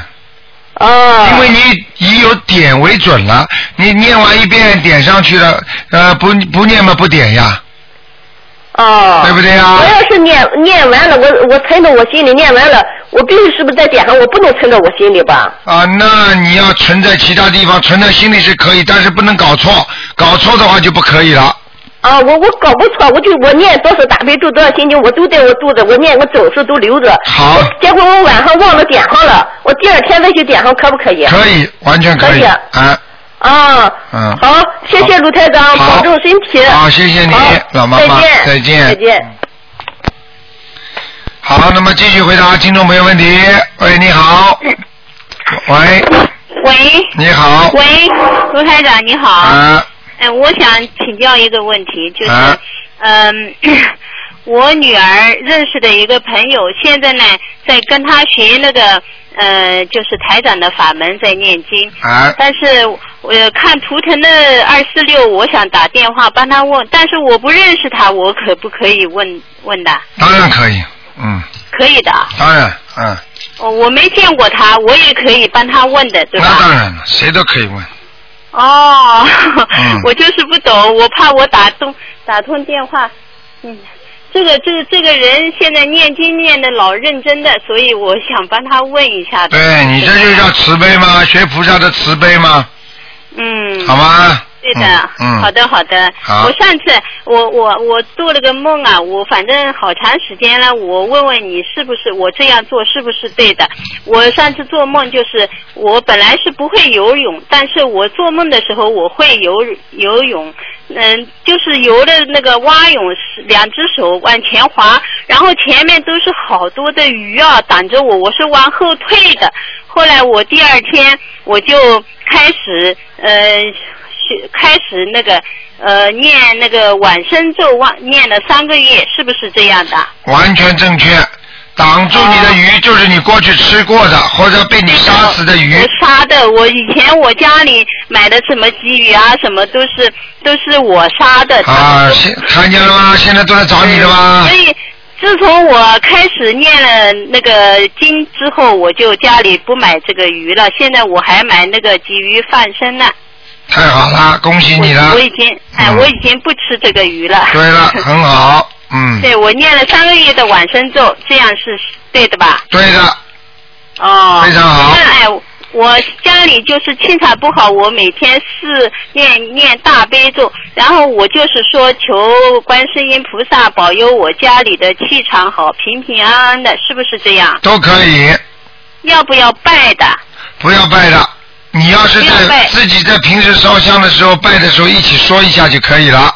Speaker 7: 啊，
Speaker 2: 因为你以有点为准了，你念完一遍点上去了，呃，不不念嘛不点呀，
Speaker 7: 啊，
Speaker 2: 对不对呀
Speaker 7: 我要是念念完了，我我沉到我心里，念完了，我必须是不是在点上，我不能沉到我心里吧？
Speaker 2: 啊，那你要存在其他地方，存在心里是可以，但是不能搞错，搞错的话就不可以了。
Speaker 7: 啊，我我搞不错，我就我念多少大悲咒多少心经，我都在我肚子，我念我总是都留着。
Speaker 2: 好，
Speaker 7: 结果我晚上忘了点上了，我第二天再去点上，可不可以？
Speaker 2: 可以，完全可
Speaker 7: 可
Speaker 2: 以
Speaker 7: 以啊
Speaker 2: 啊。
Speaker 7: 啊，
Speaker 2: 嗯
Speaker 7: 好，谢谢卢台长，
Speaker 2: 好
Speaker 7: 保重身体。
Speaker 2: 好谢谢你
Speaker 7: 好
Speaker 2: 老妈妈再
Speaker 7: 再
Speaker 2: 见
Speaker 7: 再见。
Speaker 2: 好，那么继续回答听众朋友问题。喂，你好。喂，
Speaker 8: 喂
Speaker 2: 你好。
Speaker 8: 喂，卢台长你好，
Speaker 2: 啊，
Speaker 8: 嗯、我想请教一个问题，就是
Speaker 2: 啊
Speaker 8: 嗯、 我女儿认识的一个朋友，现在呢在跟她学那个呃，就是台长的法门，在念经。
Speaker 2: 啊
Speaker 8: 但是呃、看图腾的二四六，我想打电话帮她问，但是我不认识她，我可不可以问问的？
Speaker 2: 当然可以，嗯，
Speaker 8: 可以的，
Speaker 2: 当然，嗯，
Speaker 8: 哦我没见过她，我也可以帮她问的，对吧？
Speaker 2: 那当然了，谁都可以问。
Speaker 8: 哦，
Speaker 2: 嗯
Speaker 8: 我就是不懂，我怕我打通打通电话，嗯，这个这个这个人现在念经念的老认真的，所以我想帮他问一下的。
Speaker 2: 对你这就叫慈悲吗？学菩萨的慈悲吗？
Speaker 8: 嗯，
Speaker 2: 好吗？
Speaker 8: 对的，
Speaker 2: 嗯，嗯
Speaker 8: 好。的好的。
Speaker 2: 好
Speaker 8: 我上次我我我做了个梦啊，我反正好长时间了，我问问你是不是我这样做是不是对的？我上次做梦就是我本来是不会游泳，但是我做梦的时候我会游游泳，嗯，就是游的那个蛙泳，是两只手往前划，然后前面都是好多的鱼啊挡着我，我是往后退的。后来我第二天我就开始呃学开始那个呃念那个往生咒，往念了三个月，是不是这样的？
Speaker 2: 完全正确。挡住你的鱼就是你过去吃过的或者被你杀死的鱼
Speaker 8: 我。杀的，我以前我家里买的什么鲫鱼啊，什么都是都是我杀的。嗯
Speaker 2: 啊，现看见了吗？现在都来找你了吗
Speaker 8: 所？以自从我开始念了那个经之后，我就家里不买这个鱼了。现在我还买那个鲫鱼放生呢。
Speaker 2: 太好了，恭喜你了
Speaker 8: 我我。已经哎，
Speaker 2: 嗯
Speaker 8: 我已经不吃这个鱼了。
Speaker 2: 对了，很好，嗯，
Speaker 8: 对，我念了三个月的晚生咒，这样是对的吧？
Speaker 2: 对的，
Speaker 8: 哦，
Speaker 2: 非常好
Speaker 8: 那哎，我家里就是气场不好，我每天是念念大悲咒，然后我就是说求观世音菩萨保佑我家里的气场好，平平安安的，是不是这样？
Speaker 2: 都可以，
Speaker 8: 要不要拜的？
Speaker 2: 不要拜的。你要是
Speaker 8: 不要
Speaker 2: 在
Speaker 8: 拜
Speaker 2: 自己在平时烧香的时候拜的时候一起说一下就可以了。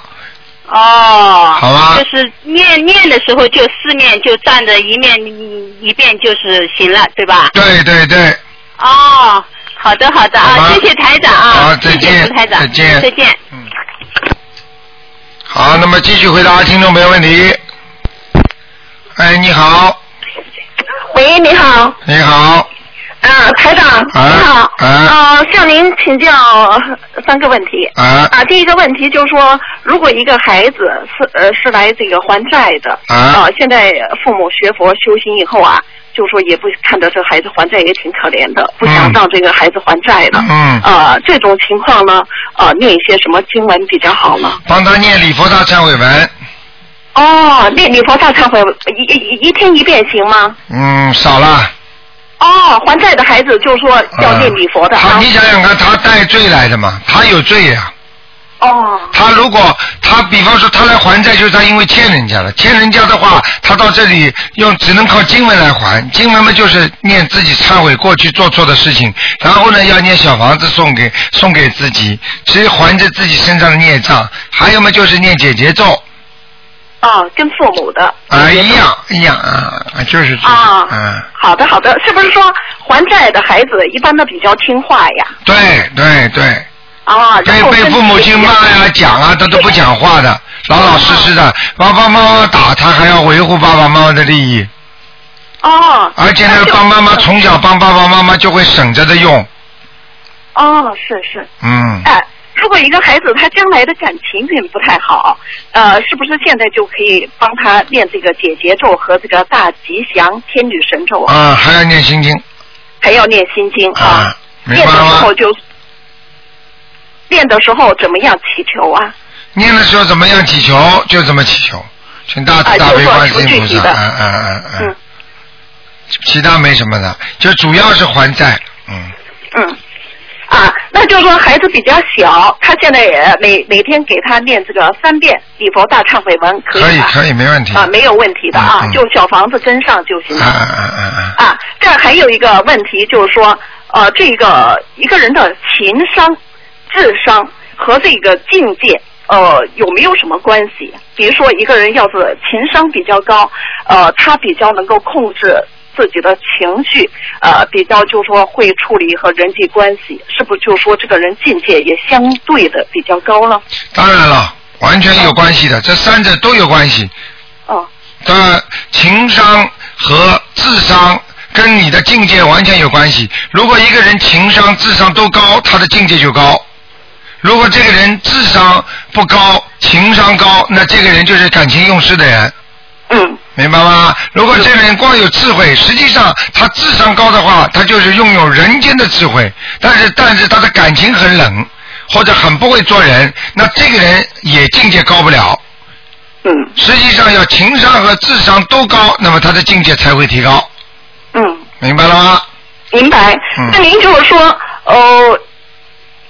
Speaker 8: 哦，
Speaker 2: 好啊吧
Speaker 8: 就是念念的时候就四面就站着一面一遍就是行了，对吧？
Speaker 2: 对对对，
Speaker 8: 哦，好的好的
Speaker 2: 好吧
Speaker 8: 啊，谢谢台长啊，
Speaker 2: 好再见
Speaker 8: 谢谢卢台长，
Speaker 2: 再见
Speaker 8: 再见。
Speaker 2: 好，那么继续回答听众朋友问题。哎，你好，
Speaker 5: 喂，你好，
Speaker 2: 你好，
Speaker 5: 呃，台长，
Speaker 2: 啊
Speaker 5: 你好，
Speaker 2: 啊
Speaker 5: 呃，向您请教三个问题。
Speaker 2: 啊
Speaker 5: 啊，第一个问题就是说，如果一个孩子是呃是来这个还债的，
Speaker 2: 啊
Speaker 5: 呃，现在父母学佛修行以后啊，就说也不看到这孩子还债也挺可怜的，不想
Speaker 2: 嗯
Speaker 5: 让这个孩子还债的。
Speaker 2: 嗯
Speaker 5: 呃，这种情况呢，呃，念一些什么经文比较好呢？
Speaker 2: 帮他念礼佛大忏悔文，
Speaker 5: 哦，念礼佛大忏悔一一一天一遍行吗？
Speaker 2: 嗯，少了。
Speaker 5: 哦，还债的孩子就是说要念礼佛的
Speaker 2: 他
Speaker 5: 啊。
Speaker 2: 你想想看，他带罪来的嘛，他有罪呀、
Speaker 5: 哦。
Speaker 2: 他如果他比方说他来还债，就是他因为欠人家了，欠人家的
Speaker 5: 哦
Speaker 2: 话，他到这里用只能靠经文来还，经文嘛就是念自己忏悔过去做错的事情，然后呢要念小房子送给送给自己，其实还着自己身上的孽障，还有嘛就是念姐姐咒
Speaker 5: 哦，跟父母的。
Speaker 2: 啊、一样一样啊，就是这个
Speaker 5: 啊
Speaker 2: 嗯，
Speaker 5: 好的，好的，是不是说还债的孩子一般都比较听话呀？
Speaker 2: 对对对，
Speaker 5: 啊，然
Speaker 2: 被
Speaker 5: 后
Speaker 2: 被
Speaker 5: 跟
Speaker 2: 父母亲骂呀、讲啊，他都不讲话
Speaker 5: 哦
Speaker 2: 的，老老实实的，爸爸妈妈打他还要维护爸爸妈妈的利益，
Speaker 5: 哦，
Speaker 2: 而且呢
Speaker 5: 那，就
Speaker 2: 啊帮妈妈从小帮爸爸妈妈就会省着的用，
Speaker 5: 哦，是是，
Speaker 2: 嗯，
Speaker 5: 哎。如果一个孩子他将来的感情运不太好，呃，是不是现在就可以帮他念这个解结咒和这个大吉祥天女神咒啊？
Speaker 2: 啊，还要念心经
Speaker 5: 还要念心经
Speaker 2: 啊，明
Speaker 5: 念
Speaker 2: 白
Speaker 5: 的
Speaker 2: 了
Speaker 5: 时
Speaker 2: 吗
Speaker 5: 候？就念的时候怎么样祈求啊？
Speaker 2: 念的时候怎么样祈求就怎么祈求，请大慈
Speaker 5: 啊
Speaker 2: 大
Speaker 5: 就
Speaker 2: 悲
Speaker 5: 是说
Speaker 2: 观世
Speaker 5: 求
Speaker 2: 音
Speaker 5: 具
Speaker 2: 菩
Speaker 5: 体
Speaker 2: 萨，
Speaker 5: 的
Speaker 2: 嗯嗯嗯嗯
Speaker 5: 嗯，
Speaker 2: 其他没什么的，就主要是还债，嗯，
Speaker 5: 嗯，啊，那就是说孩子比较小，他现在也每每天给他念这个三遍礼佛大忏悔文，可
Speaker 2: 可以
Speaker 5: 吧？
Speaker 2: 可以，没问题，
Speaker 5: 啊，没有问题的啊，
Speaker 2: 嗯嗯
Speaker 5: 就小房子跟上就行
Speaker 2: 嗯
Speaker 5: 了。
Speaker 2: 嗯嗯嗯嗯。
Speaker 5: 啊，这儿还有一个问题就是说，呃，这个一个人的情商、智商和这个境界，呃，有没有什么关系？比如说，一个人要是情商比较高，呃，他比较能够控制。自己的情绪，呃，比较就说会处理和人际关系，是不是就说这个人境界也相对的比较高了？
Speaker 2: 当然了，完全有关系的，这三者都有关系。
Speaker 5: 哦。
Speaker 2: 当然，情商和智商跟你的境界完全有关系。如果一个人情商、智商都高，他的境界就高；如果这个人智商不高，情商高，那这个人就是感情用事的人。
Speaker 5: 嗯。
Speaker 2: 明白吗？如果这个人光有智慧，实际上他智商高的话，他就是拥有人间的智慧，但是但是他的感情很冷，或者很不会做人，那这个人也境界高不了。
Speaker 5: 嗯。
Speaker 2: 实际上要情商和智商都高，那么他的境界才会提高。
Speaker 5: 嗯，
Speaker 2: 明白了吗？
Speaker 5: 明白
Speaker 2: 嗯。
Speaker 5: 那您就是说，呃，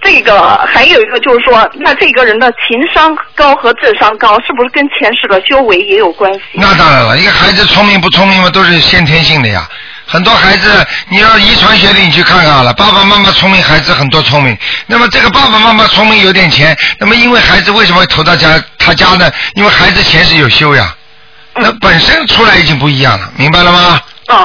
Speaker 5: 这个还有一个就是说，那这个人的情商高和智商高，是不是跟前世的修为也有关系？
Speaker 2: 那当然了，一个孩子聪明不聪明嘛，都是先天性的呀。很多孩子，你要遗传学里你去看看好了，爸爸妈妈聪明，孩子很多聪明。那么这个爸爸妈妈聪明有点钱，那么因为孩子为什么会投到家他家呢？因为孩子前世有修呀，那本身出来已经不一样了，明白了吗？
Speaker 5: 啊，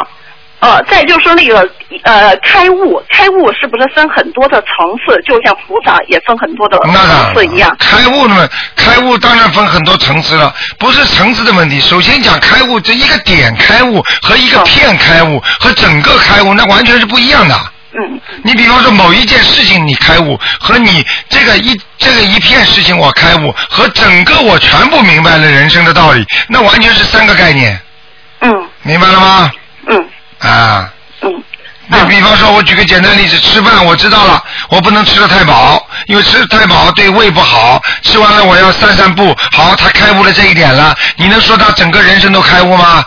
Speaker 5: 呃，再就是说那个呃，开悟，开悟是不是分很多的层次？就像菩萨也分很多的
Speaker 2: 那当然
Speaker 5: 层次一样
Speaker 2: 了。开悟呢，开悟当然分很多层次了，不是层次的问题。首先讲开悟，这一个点开悟和一个片开悟和整个开悟，那完全是不一样的。
Speaker 5: 嗯
Speaker 2: 你比方说某一件事情你开悟，和你这个一这个一片事情我开悟，和整个我全部明白了人生的道理，那完全是三个概念，
Speaker 5: 嗯
Speaker 2: 明白了吗？
Speaker 5: 嗯
Speaker 2: 啊，
Speaker 5: 嗯
Speaker 2: 你比方说，我举个简单例子，吃饭我知道了，我不能吃的太饱，因为吃得太饱对胃不好。吃完了我要散散步。好，他开悟了这一点了，你能说他整个人生都开悟吗？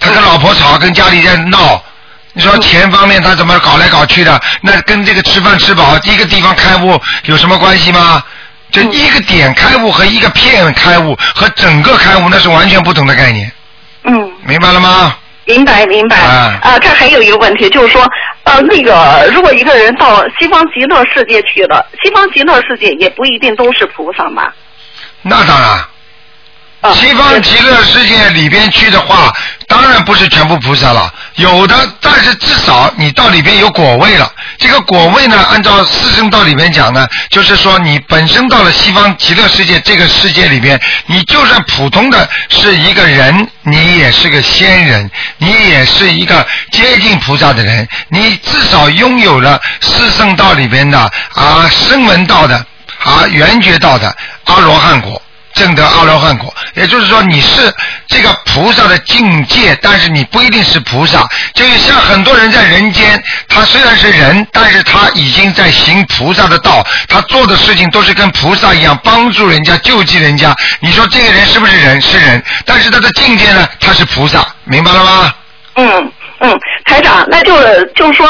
Speaker 2: 他跟老婆吵，跟家里人闹，你说钱方面他怎么搞来搞去的？那跟这个吃饭吃饱一个地方开悟有什么关系吗？这一个点开悟和一个片开悟和整个开悟那是完全不同的概念，
Speaker 5: 嗯。
Speaker 2: 明白了吗？
Speaker 5: 明白明白
Speaker 2: 啊
Speaker 5: 啊，他还有一个问题，就是说，呃，那个如果一个人到西方极乐世界去了，西方极乐世界也不一定都是菩萨嘛。
Speaker 2: 那当然。
Speaker 5: 啊，
Speaker 2: 西方极乐世界里边去的话，当然不是全部菩萨了，有的，但是至少你到里边有果位了。这个果位呢，按照四圣道里边讲呢，就是说你本身到了西方极乐世界这个世界里边，你就算普通的是一个人，你也是个仙人，你也是一个接近菩萨的人，你至少拥有了四圣道里边的啊声闻道的啊圆觉道的阿罗汉果。证得阿罗汉果，也就是说你是这个菩萨的境界，但是你不一定是菩萨。就是像很多人在人间，他虽然是人，但是他已经在行菩萨的道，他做的事情都是跟菩萨一样，帮助人家、救济人家。你说这个人是不是人？是人，但是他的境界呢？他是菩萨，明白了吗？
Speaker 5: 嗯嗯，台长，那就是就是说，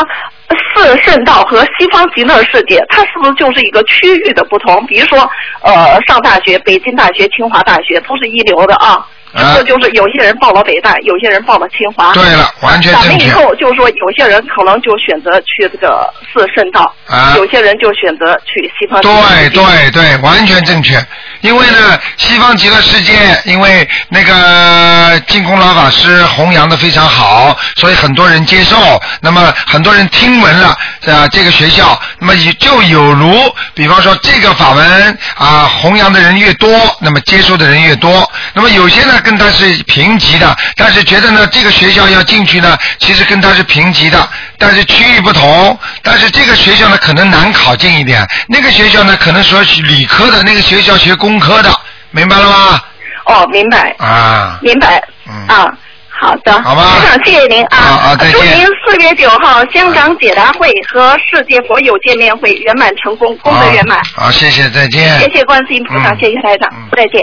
Speaker 5: 四圣道和西方极乐世界，它是不是就是一个区域的不同？比如说，呃，上大学，北京大学、清华大学都是一流的啊。
Speaker 2: 啊
Speaker 5: 这就是有些人报了北大，有些人报了清华。
Speaker 2: 对了，完全
Speaker 5: 咱
Speaker 2: 正
Speaker 5: 们以
Speaker 2: 确。
Speaker 5: 后就是说，有些人可能就选择去这个四圣道，
Speaker 2: 啊
Speaker 5: 有些人就选择去西方极乐世
Speaker 2: 对对
Speaker 5: 界。
Speaker 2: 对，完全正确。因为呢，西方极乐世界，因为那个净空老法师弘扬的非常好，所以很多人接受。那么很多人听闻了啊、这个学校，那么也就有如，比方说这个法门啊、弘扬的人越多，那么接受的人越多。那么有些呢跟他是平级的，但是觉得呢这个学校要进去呢，其实跟他是平级的，但是区域不同，但是这个学校呢可能难考进一点，那个学校呢可能说是理科的，那个学校学工科的，明白了吗？
Speaker 5: 哦，明白。
Speaker 2: 啊，
Speaker 5: 明白。
Speaker 2: 嗯
Speaker 5: 啊，好的。
Speaker 2: 好吧
Speaker 5: 台长，谢谢您啊。
Speaker 2: 好好再见
Speaker 5: 祝您四月九号香港解答会和世界佛友见面会圆满成功，功德圆满。
Speaker 2: 好。好，谢谢，再见。
Speaker 5: 谢谢观世音菩萨，
Speaker 2: 嗯
Speaker 5: 谢谢台长
Speaker 2: 嗯，
Speaker 5: 再见。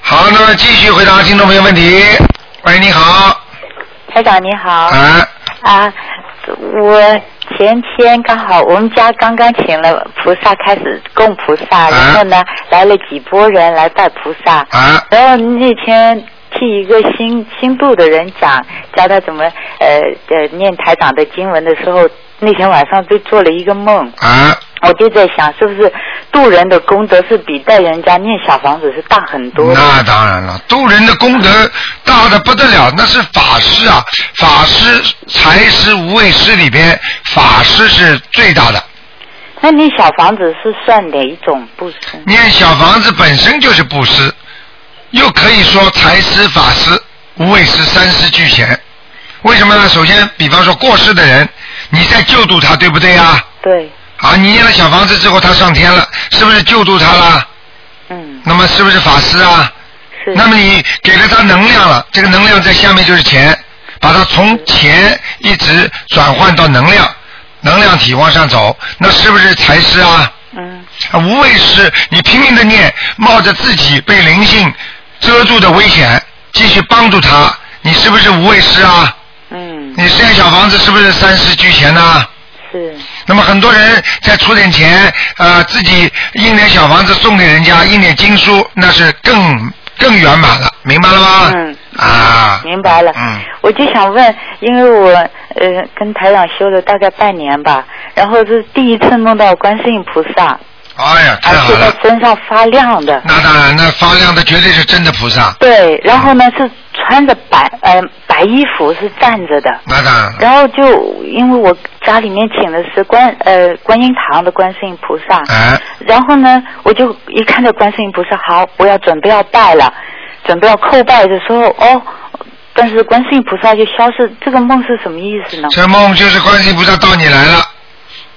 Speaker 2: 好，那么继续回答听众朋友问题。喂，你好。
Speaker 9: 台长你好
Speaker 2: 啊，
Speaker 9: 啊，我前天刚好我们家刚刚请了菩萨开始供菩萨，然后呢来了几波人来拜菩萨，
Speaker 2: 啊，
Speaker 9: 然后那天替一个新新度的人讲，教他怎么呃呃念台长的经文的时候，那天晚上就做了一个梦，
Speaker 2: 啊，
Speaker 9: 我就在想，是不是渡人的功德是比带人家念小房子是大很多的？
Speaker 2: 那当然了，渡人的功德大的不得了，那是法师啊，法师、财师、无畏师里边，法师是最大的。
Speaker 9: 那你小房子是算哪一种布施？
Speaker 2: 念小房子本身就是布施，又可以说财施、法施、无畏施三施俱全。为什么呢？首先，比方说过世的人，你在救度他，对不对啊？
Speaker 9: 对。
Speaker 2: 啊，你念了小房子之后，他上天了，是不是救度他了？嗯。那么是不是法师啊？
Speaker 9: 是。
Speaker 2: 那么你给了他能量了，这个能量在下面就是钱，把它从钱一直转换到能量，能量体往上走，那是不是财师啊？
Speaker 9: 嗯。
Speaker 2: 啊，无畏师，你拼命的念，冒着自己被灵性遮住的危险，继续帮助他，你是不是无畏师啊？
Speaker 9: 嗯。
Speaker 2: 你现在小房子是不是三师俱全呢、
Speaker 9: 是。
Speaker 2: 那么很多人再出点钱，呃，自己印点小房子送给人家，印点经书，那是更更圆满了，明白了吗？
Speaker 9: 嗯。
Speaker 2: 啊，
Speaker 9: 明白了。
Speaker 2: 嗯。
Speaker 9: 我就想问，因为我呃跟台长修了大概半年吧，然后是第一次梦到观世音菩萨，
Speaker 2: 哎呀，
Speaker 9: 而
Speaker 2: 太好
Speaker 9: 且在
Speaker 2: 了！
Speaker 9: 身上发亮的。
Speaker 2: 那当然，那发亮的绝对是真的菩萨，
Speaker 9: 对，然后呢是穿着白呃白衣服是站着的，
Speaker 2: 那当然了。
Speaker 9: 然后就因为我家里面请的是观呃观音堂的观世音菩萨，
Speaker 2: 哎，
Speaker 9: 然后呢我就一看到观世音菩萨，好，我要准备要拜了，准备要叩拜的时候，哦，但是观世音菩萨就消失，这个梦是什么意思呢？
Speaker 2: 这梦就是观世音菩萨到你来了，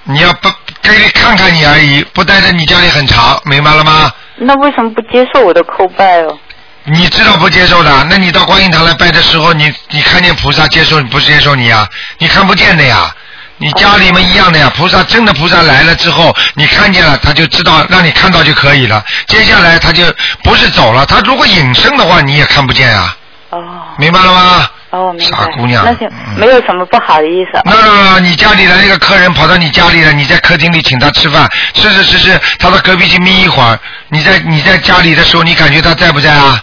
Speaker 2: 你要不给你看看你而已，不待在你家里很长，明白了吗？
Speaker 9: 那为什么不接受我的叩拜哦？
Speaker 2: 你知道不接受的，那你到观音堂来拜的时候，你你看见菩萨接受不接受你啊？你看不见的呀，你家里面一样的呀。菩萨真的菩萨来了之后，你看见了，他就知道让你看到就可以了。接下来他就不是走了，他如果隐身的话，你也看不见啊，
Speaker 9: 哦
Speaker 2: 明白了吗？
Speaker 9: 哦，明白。
Speaker 2: 傻姑娘
Speaker 9: 那就
Speaker 2: 嗯
Speaker 9: 没有什么不好的意思。
Speaker 2: 那你家里来一个客人跑到你家里了，你在客厅里请他吃饭，吃着吃着，他到隔壁去眯一会儿。你在你在家里的时候，你感觉他在不在啊？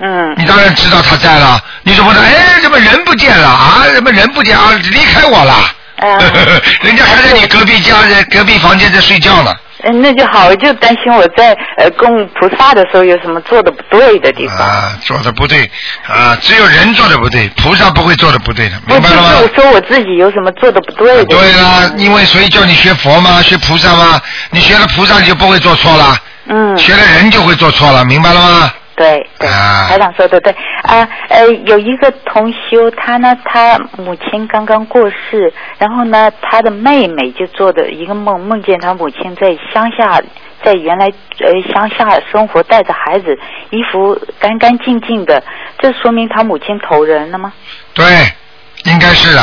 Speaker 9: 嗯
Speaker 2: 你当然知道他在了，你怎么的？哎，怎么人不见了啊？怎么人不见啊？离开我了？
Speaker 9: 啊
Speaker 2: 人家还在你隔壁家、隔壁房间在睡觉呢。
Speaker 9: 嗯，那就好，我就担心我在呃供菩萨的时候有什么做的不对的地方。
Speaker 2: 啊，做的不对啊，只有人做的不对，菩萨不会做的不对的，
Speaker 9: 我
Speaker 2: 明白了吗？哎
Speaker 9: 就是说我自己有什么做的不对的。
Speaker 2: 对啦，啊因为所以叫你学佛嘛，学菩萨嘛，你学了菩萨你就不会做错了，
Speaker 9: 嗯，
Speaker 2: 学了人就会做错了，明白了吗？
Speaker 9: 对对，
Speaker 2: 啊
Speaker 9: 台长说的对啊，呃，有一个同修，他呢，他母亲刚刚过世，然后呢，他的妹妹就做的一个梦，梦见他母亲在乡下，在原来呃乡下生活，带着孩子，衣服干干净净的，这说明他母亲投人了吗？
Speaker 2: 对，应该是的，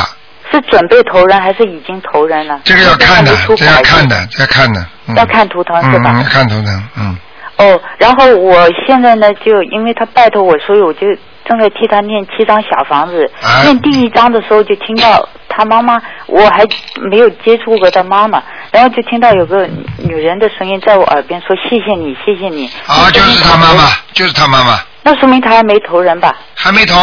Speaker 9: 是准备投人还是已经投人了？
Speaker 2: 这个要看的
Speaker 9: 这个，
Speaker 2: 这要看
Speaker 9: 的。
Speaker 2: 的，这要看的，嗯、
Speaker 9: 要看图腾是
Speaker 2: 嗯，
Speaker 9: 吧？
Speaker 2: 嗯看图腾，嗯，
Speaker 9: 哦，然后我现在呢，就因为他拜托我，所以我就正在替他念七张小房子。
Speaker 2: 啊
Speaker 9: 念第一张的时候就听到他妈妈，我还没有接触过他妈妈，然后就听到有个女人的声音在我耳边说：“谢谢你，谢谢你。”
Speaker 2: 啊，就是他妈妈，就是他妈妈，
Speaker 9: 那说明他还没投人吧？
Speaker 2: 还没投。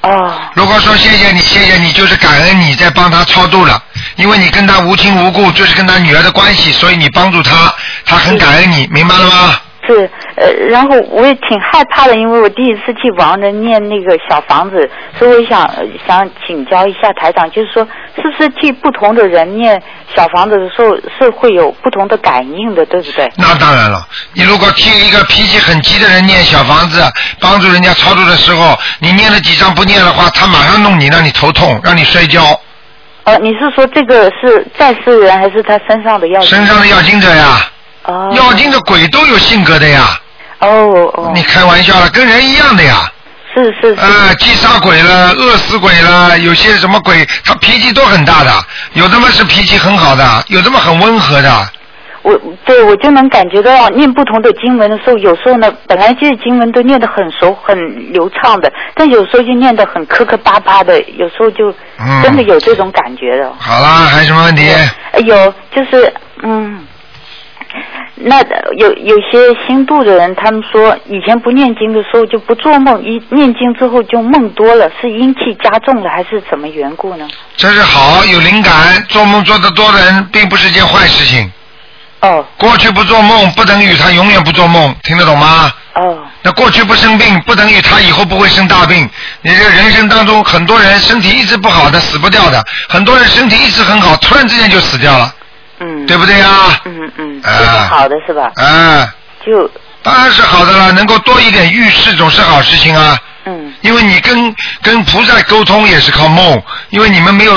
Speaker 9: 哦，
Speaker 2: 如果说谢谢你，谢谢你，就是感恩你在帮他超度了，因为你跟他无亲无故，就是跟他女儿的关系，所以你帮助他，他很感恩你，明白了吗？
Speaker 9: 是，呃，然后我也挺害怕的，因为我第一次替亡人念那个小房子，所以我想呃想请教一下台长，就是说，是不是替不同的人念小房子的时候是会有不同的感应的，对不对？
Speaker 2: 那当然了，你如果替一个脾气很急的人念小房子，帮助人家超度的时候，你念了几张不念的话，他马上弄你，让你头痛，让你摔跤，
Speaker 9: 呃，你是说这个是在世人还是他身上的要？
Speaker 2: 身上的要经者呀，
Speaker 9: 哦
Speaker 2: 要经的鬼都有性格的呀，
Speaker 9: 哦哦
Speaker 2: 你，开玩笑了，跟人一样的呀，
Speaker 9: 是是是，
Speaker 2: 啊，击杀鬼了，饿死鬼了，有些什么鬼，他脾气都很大的，有的嘛是脾气很好的，有的嘛很温和的，
Speaker 9: 我对我就能感觉到啊念不同的经文的时候，有时候呢，本来这些经文都念得很熟、很流畅的，但有时候就念得很磕磕巴巴的，有时候就
Speaker 2: 嗯
Speaker 9: 真的有这种感觉的。
Speaker 2: 好啦，还有什么问题？
Speaker 9: 哎有就是嗯，那有有些新度的人，他们说以前不念经的时候就不做梦，一念经之后就梦多了，是阴气加重了还是什么缘故呢？
Speaker 2: 这是好，有灵感，做梦做得多的人并不是件坏事情，
Speaker 9: 哦
Speaker 2: 过去不做梦不等于他永远不做梦，听得懂吗？
Speaker 9: 哦
Speaker 2: 那过去不生病，不等于他以后不会生大病。你这人生当中，很多人身体一直不好的，死不掉的；很多人身体一直很好，突然之间就死掉了，
Speaker 9: 嗯，
Speaker 2: 对不对啊？
Speaker 9: 嗯嗯，这
Speaker 2: 啊
Speaker 9: 是好的是吧？
Speaker 2: 哎，
Speaker 9: 啊就
Speaker 2: 当然是好的了，能够多一点预示总是好事情啊。
Speaker 9: 嗯
Speaker 2: 因为你跟跟菩萨沟通也是靠梦，因为你们没有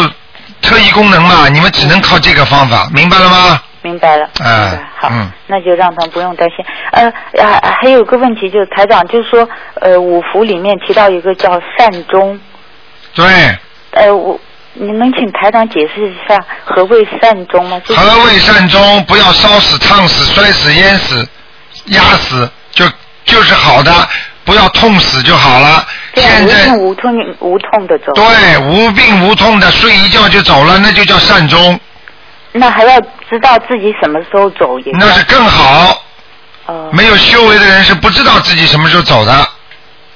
Speaker 2: 特异功能嘛，你们只能靠这个方法，明白了吗？
Speaker 9: 明白了，
Speaker 2: 哎
Speaker 9: 明白了嗯好
Speaker 2: 嗯，
Speaker 9: 那就让他不用担心。呃，还还有个问题就是台长，就是说呃五福里面提到一个叫善终，
Speaker 2: 对，
Speaker 9: 呃我。你能请台长解释一下何谓善终吗？就是
Speaker 2: 何谓善终？不要烧死、烫死、摔死、淹死、压死，就就是好的，不要痛死就好了。
Speaker 9: 对啊
Speaker 2: 现
Speaker 9: 无
Speaker 2: 在
Speaker 9: 痛无痛无痛的走。
Speaker 2: 对无病无痛的睡一觉就走了，那就叫善终，
Speaker 9: 那还要知道自己什么时候走也
Speaker 2: 那是更好。
Speaker 9: 哦
Speaker 2: 没有修为的人是不知道自己什么时候走的，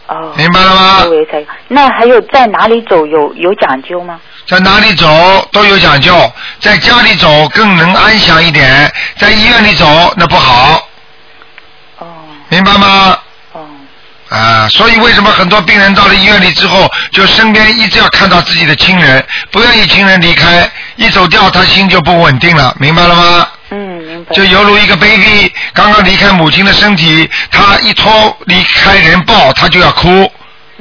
Speaker 9: 哦，
Speaker 2: 明白了
Speaker 9: 周
Speaker 2: 吗？
Speaker 9: 围才有那还有在哪里走有有讲究吗？
Speaker 2: 在哪里走都有讲究，在家里走更能安详一点，在医院里走那不好，
Speaker 9: 哦
Speaker 2: 明白吗？
Speaker 9: 哦
Speaker 2: 啊，所以为什么很多病人到了医院里之后，就身边一直要看到自己的亲人，不愿意亲人离开，一走掉他心就不稳定了，明白了吗？
Speaker 9: 嗯，明白。
Speaker 2: 就犹如一个 baby 刚刚离开母亲的身体，他一脱离开人抱，他就要哭，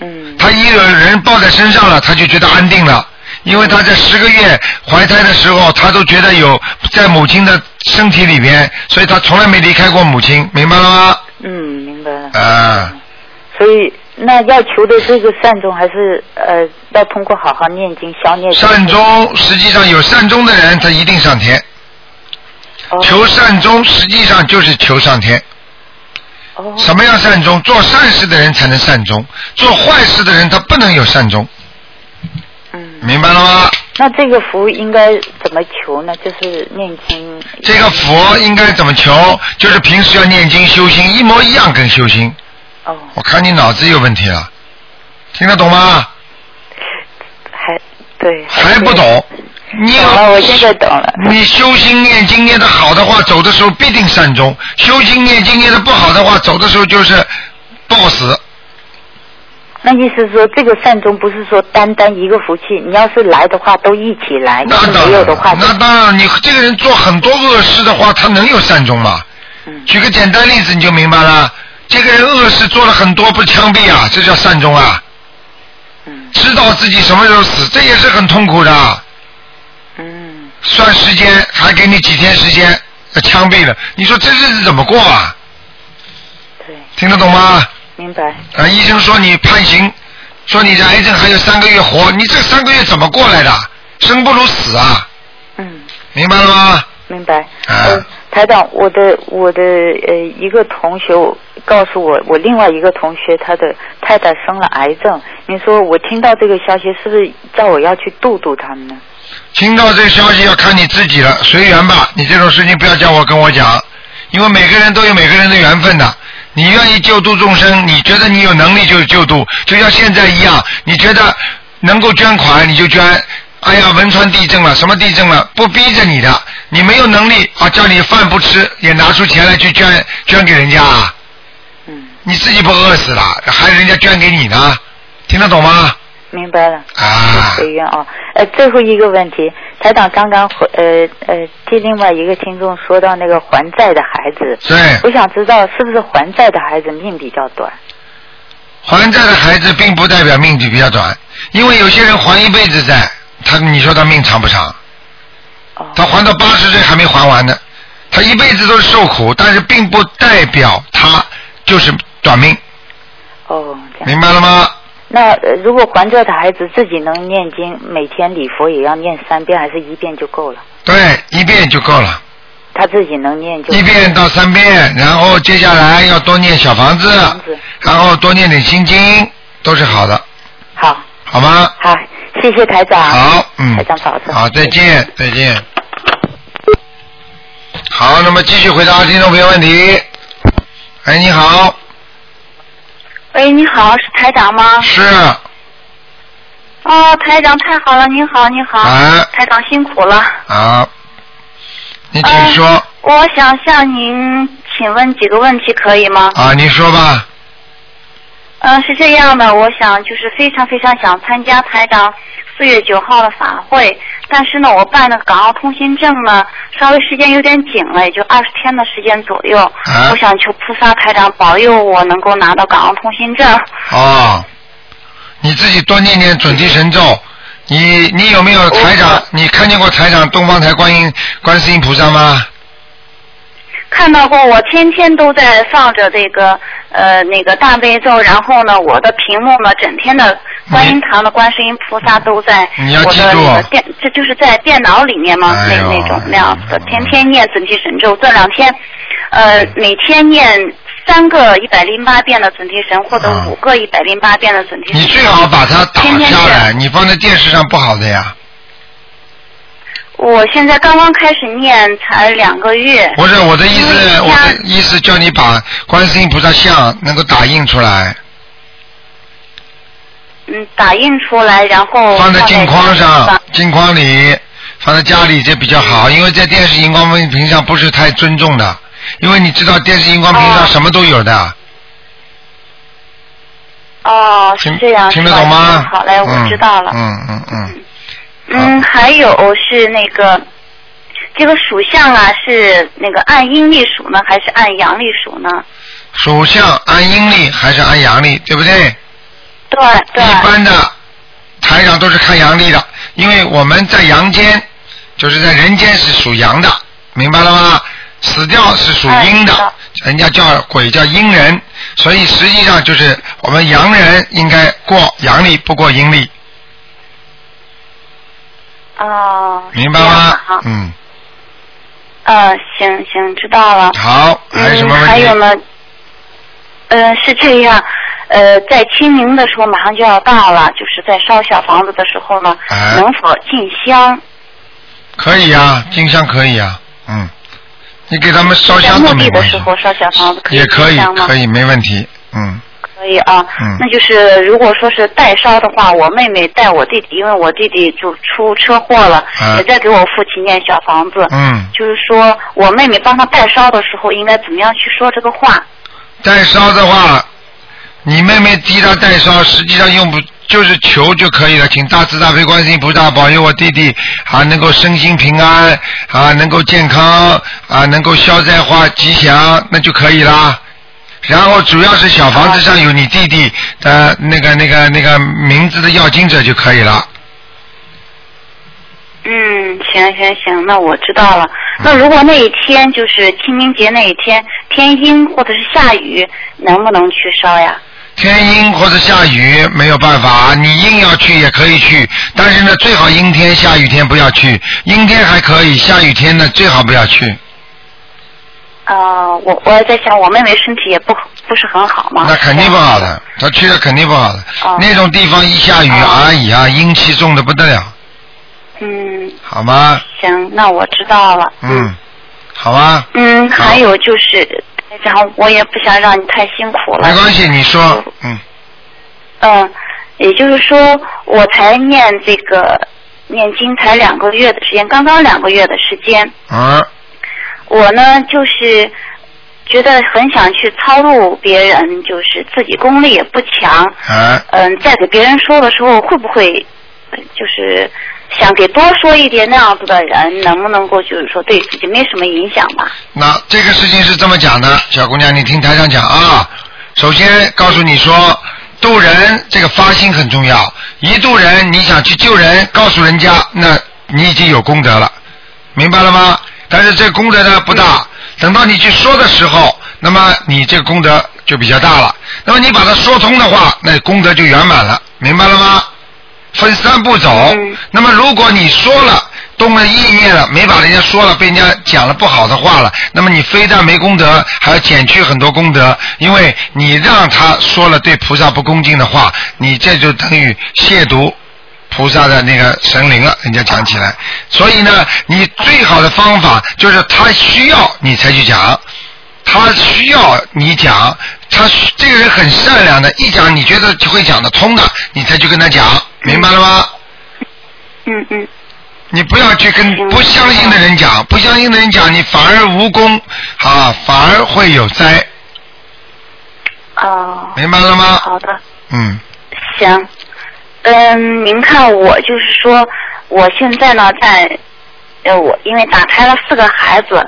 Speaker 9: 嗯
Speaker 2: 他一有人抱在身上了，他就觉得安定了。因为他在十个月怀胎的时候，他都觉得有在母亲的身体里边，所以他从来没离开过母亲，明白了吗？
Speaker 9: 嗯，明白了。
Speaker 2: 啊，
Speaker 9: 所以那要求的这个善终，还是呃要通过好好念经消孽。
Speaker 2: 善终实际上有善终的人，他一定上天。
Speaker 9: 哦
Speaker 2: 求善终实际上就是求上天。
Speaker 9: 哦
Speaker 2: 什么样善终？做善事的人才能善终，做坏事的人他不能有善终，
Speaker 9: 嗯，
Speaker 2: 明白了吗？
Speaker 9: 那这个福应该怎么求呢？就是念经。
Speaker 2: 这个佛应该怎么求？就是平时要念经修心，一模一样跟修心。
Speaker 9: 哦，
Speaker 2: 我看你脑子有问题了，听得懂吗？
Speaker 9: 还对。
Speaker 2: 还不懂？你有
Speaker 9: 懂了，我现在懂了。
Speaker 2: 你修心念经念得好的话，走的时候必定善终；修心念经念得不好的话，走的时候就是暴死。
Speaker 9: 那意思是说，这个善终不是说单单一个福气，你要是来的话都一起来，
Speaker 2: 那
Speaker 9: 要是
Speaker 2: 当
Speaker 9: 没有
Speaker 2: 然
Speaker 9: 的话
Speaker 2: 了，
Speaker 9: 就
Speaker 2: 那当然，你这个人做很多恶事的话，他能有善终吗？
Speaker 9: 嗯
Speaker 2: 举个简单例子你就明白了。这个人恶事做了很多，不枪毙啊，这叫善终啊！
Speaker 9: 嗯
Speaker 2: 知道自己什么时候死，这也是很痛苦的。
Speaker 9: 嗯
Speaker 2: 算时间，还给你几天时间，呃枪毙了，你说这日子怎么过啊？
Speaker 9: 对，
Speaker 2: 听得懂吗？
Speaker 9: 明白
Speaker 2: 啊，医生说你判刑，说你的癌症还有三个月活，你这三个月怎么过来的？生不如死啊，
Speaker 9: 嗯
Speaker 2: 明白了吗？
Speaker 9: 明白。
Speaker 2: 啊
Speaker 9: 呃，台长，我的我的呃一个同学告诉我，我另外一个同学他的太太生了癌症，你说我听到这个消息，是不是叫我要去度度他们呢？
Speaker 2: 听到这个消息要看你自己了，随缘吧。你这种事情不要叫我跟我讲，因为每个人都有每个人的缘分的。你愿意救度众生，你觉得你有能力就救度，就像现在一样，你觉得能够捐款你就捐。哎呀，汶川地震了，什么地震了？不逼着你的，你没有能力啊，叫你饭不吃也拿出钱来去捐捐给人家啊，
Speaker 9: 嗯，
Speaker 2: 你自己不饿死了，还人家捐给你呢？听得懂吗？
Speaker 9: 明白了。
Speaker 2: 啊，
Speaker 9: 随缘啊。呃，最后一个问题，台长刚刚回呃呃替另外一个听众说到那个还债的孩子，
Speaker 2: 对。
Speaker 9: 我想知道是不是还债的孩子命比较短？
Speaker 2: 还债的孩子并不代表命比较短，因为有些人还一辈子债，他你说他命长不长？
Speaker 9: 哦，
Speaker 2: 他还到八十岁还没还完呢，他一辈子都是受苦，但是并不代表他就是短命，
Speaker 9: 哦，这样。
Speaker 2: 明白了吗？
Speaker 9: 那、呃、如果还债的孩子自己能念经，每天礼佛也要念三遍，还是一遍就够了？
Speaker 2: 对，一遍就够了，
Speaker 9: 他自己能念就
Speaker 2: 一遍到三遍，然后接下来要多念小房子
Speaker 9: 房子，
Speaker 2: 然后多念点心经，都是好的，
Speaker 9: 好，
Speaker 2: 好吗？
Speaker 9: 好，谢谢台长。
Speaker 2: 好，嗯
Speaker 9: 台长保，重。
Speaker 2: 好，再见，再见。好，那么继续回答听众朋友问题。哎，你好，
Speaker 10: 喂，你好，是台长吗？
Speaker 2: 是，
Speaker 10: 哦，台长太好了，您好，您好，
Speaker 2: 哎，
Speaker 10: 台长辛苦了。
Speaker 9: 呃
Speaker 2: 好，你请说，
Speaker 10: 我想向您请问几个问题，可以吗？
Speaker 2: 啊，你说吧，
Speaker 10: 嗯，是这样的，我想就是非常非常想参加台长四月九号的法会，但是呢，我办的港澳通行证呢，稍微时间有点紧了，也就二十天的时间左右。我想求菩萨台长保佑我能够拿到港澳通行证。
Speaker 2: 哦，你自己多念念准提神咒。你你有没有台长？你看见过台长东方台观音观世音菩萨吗？
Speaker 10: 看到过，我天天都在放着这个呃那个大悲咒，然后呢，我的屏幕呢，整天的观音堂的观世音菩萨都在
Speaker 2: 你要
Speaker 10: 我
Speaker 2: 记
Speaker 10: 的
Speaker 2: 住哦
Speaker 10: 那个电，这就是在电脑里面嘛，
Speaker 2: 哎
Speaker 10: 那
Speaker 2: 呦
Speaker 10: 那种那样子的，天天念准提神咒，这两天
Speaker 2: 哎
Speaker 10: 呃每天念三个一百零八遍的准提神，或者
Speaker 2: 啊
Speaker 10: 五个一百零八遍的准提神。
Speaker 2: 你最好把它打下来，你放在电视上不好的呀。
Speaker 10: 我现在刚刚开始念，才两个月。
Speaker 2: 不是我的意思，我的意思叫你把观世音菩萨像能够打印出来，
Speaker 10: 嗯，打印出来，然后
Speaker 2: 放在镜框
Speaker 10: 是吧
Speaker 2: 上、镜框里，放在家里这比较好，因为在电视荧光屏上不是太尊重的，因为你知道电视荧光屏上什么都有的。
Speaker 10: 哦，是这样，
Speaker 2: 听
Speaker 10: 是
Speaker 2: 得
Speaker 10: 吧
Speaker 2: 懂吗？
Speaker 10: 好嘞，我知道了。
Speaker 2: 嗯嗯嗯
Speaker 10: 嗯，还有是那个，这个属相啊，是那个按阴历数呢，还是按阳历数呢？
Speaker 2: 嗯，属相按阴历还是按阳历，对不对？
Speaker 10: 对对。
Speaker 2: 一般的台长都是看阳历的，因为我们在阳间，就是在人间是属阳的，明白了吗？死掉是属
Speaker 10: 哎
Speaker 2: 阴的，人家叫鬼叫阴人，所以实际上就是我们阳人应该过阳历，不过阴历，
Speaker 10: 哦，
Speaker 2: 明白吗？嗯，
Speaker 10: 呃，行行，知道了。
Speaker 2: 好，还有什么
Speaker 10: 嗯，
Speaker 2: 问
Speaker 10: 还
Speaker 2: 题？
Speaker 10: 有呢，呃，是这样，呃，在清明的时候马上就要到了，就是在烧小房子的时候呢，
Speaker 2: 哎
Speaker 10: 能否进香？
Speaker 2: 可以啊，金香可以啊，嗯，你给他们烧
Speaker 10: 在
Speaker 2: 香
Speaker 10: 墓
Speaker 2: 都没
Speaker 10: 地的
Speaker 2: 关系
Speaker 10: 时，候烧小房子可 以
Speaker 2: 也可
Speaker 10: 进
Speaker 2: 以
Speaker 10: 香，吗？
Speaker 2: 可以，没问题，嗯。
Speaker 10: 可以啊，
Speaker 2: 嗯
Speaker 10: 那就是如果说是代烧的话，我妹妹带我弟弟，因为我弟弟就出车祸了，
Speaker 2: 啊
Speaker 10: 也在给我父亲念小房子。
Speaker 2: 嗯，
Speaker 10: 就是说我妹妹帮他代烧的时候，应该怎么样去说这个话？
Speaker 2: 带烧的话，你妹妹替她带烧，实际上用不就是求就可以了，请大慈大悲观世音菩萨保佑我弟弟啊，能够身心平安啊，能够健康啊，能够消灾化吉祥，那就可以啦。然后主要是小房子上有你弟弟的那个、那个、那个名字的要经者就可以了。
Speaker 10: 嗯，行行行，那我知道了。
Speaker 2: 嗯
Speaker 10: 那如果那一天就是清明节那一天天阴或者是下雨，能不能去烧呀？
Speaker 2: 天阴或者下雨没有办法，你硬要去也可以去，但是呢，最好阴天、下雨天不要去。阴天还可以，下雨天呢最好不要去。
Speaker 10: 啊，我我也在想，我妹妹身体也不不是很好嘛。
Speaker 2: 那肯定不好的，他去了肯定不好的。那种地方一下雨，哎呀，阴气重的不得了，
Speaker 10: 嗯，
Speaker 2: 好吗？
Speaker 10: 行，那我知道了。
Speaker 2: 嗯，好吧，
Speaker 10: 嗯，还有就是，哎然后我也不想让你太辛苦了。
Speaker 2: 没关系，你说，嗯，
Speaker 10: 嗯，也就是说，我才念这个念经才两个月的时间，刚刚两个月的时间，
Speaker 2: 啊，
Speaker 10: 我呢就是觉得很想去操纵别人，就是自己功力也不强，
Speaker 2: 啊，
Speaker 10: 嗯，在给别人说的时候，会不会呃就是想给多说一点那样子的人，能不能够就是说对自己没什么影响吧？
Speaker 2: 那这个事情是这么讲的，小姑娘，你听台上讲啊。首先告诉你说，渡人这个发心很重要。一渡人，你想去救人，告诉人家，那你已经有功德了，明白了吗？但是这个功德呢不大，等到你去说的时候，那么你这个功德就比较大了。那么你把它说通的话，那功德就圆满了，明白了吗？分三步走。那么如果你说了。动了意念了，没把人家说了，被人家讲了不好的话了，那么你非但没功德，还要减去很多功德，因为你让他说了对菩萨不恭敬的话，你这就等于亵渎菩萨的那个神灵了，人家讲起来。所以呢，你最好的方法就是他需要你才去讲，他需要你讲，他需这个人很善良的，一讲你觉得就会讲得通的，你才去跟他讲，明白了吗？
Speaker 10: 嗯嗯。嗯
Speaker 2: 你不要去跟不相信的人讲，不相信的人讲，你反而无功啊，反而会有灾，
Speaker 10: 哦，
Speaker 2: 明白了吗？
Speaker 10: 好的，
Speaker 2: 嗯，
Speaker 10: 行。嗯，您看我就是说，我现在呢在，呃，我因为打胎了四个孩子，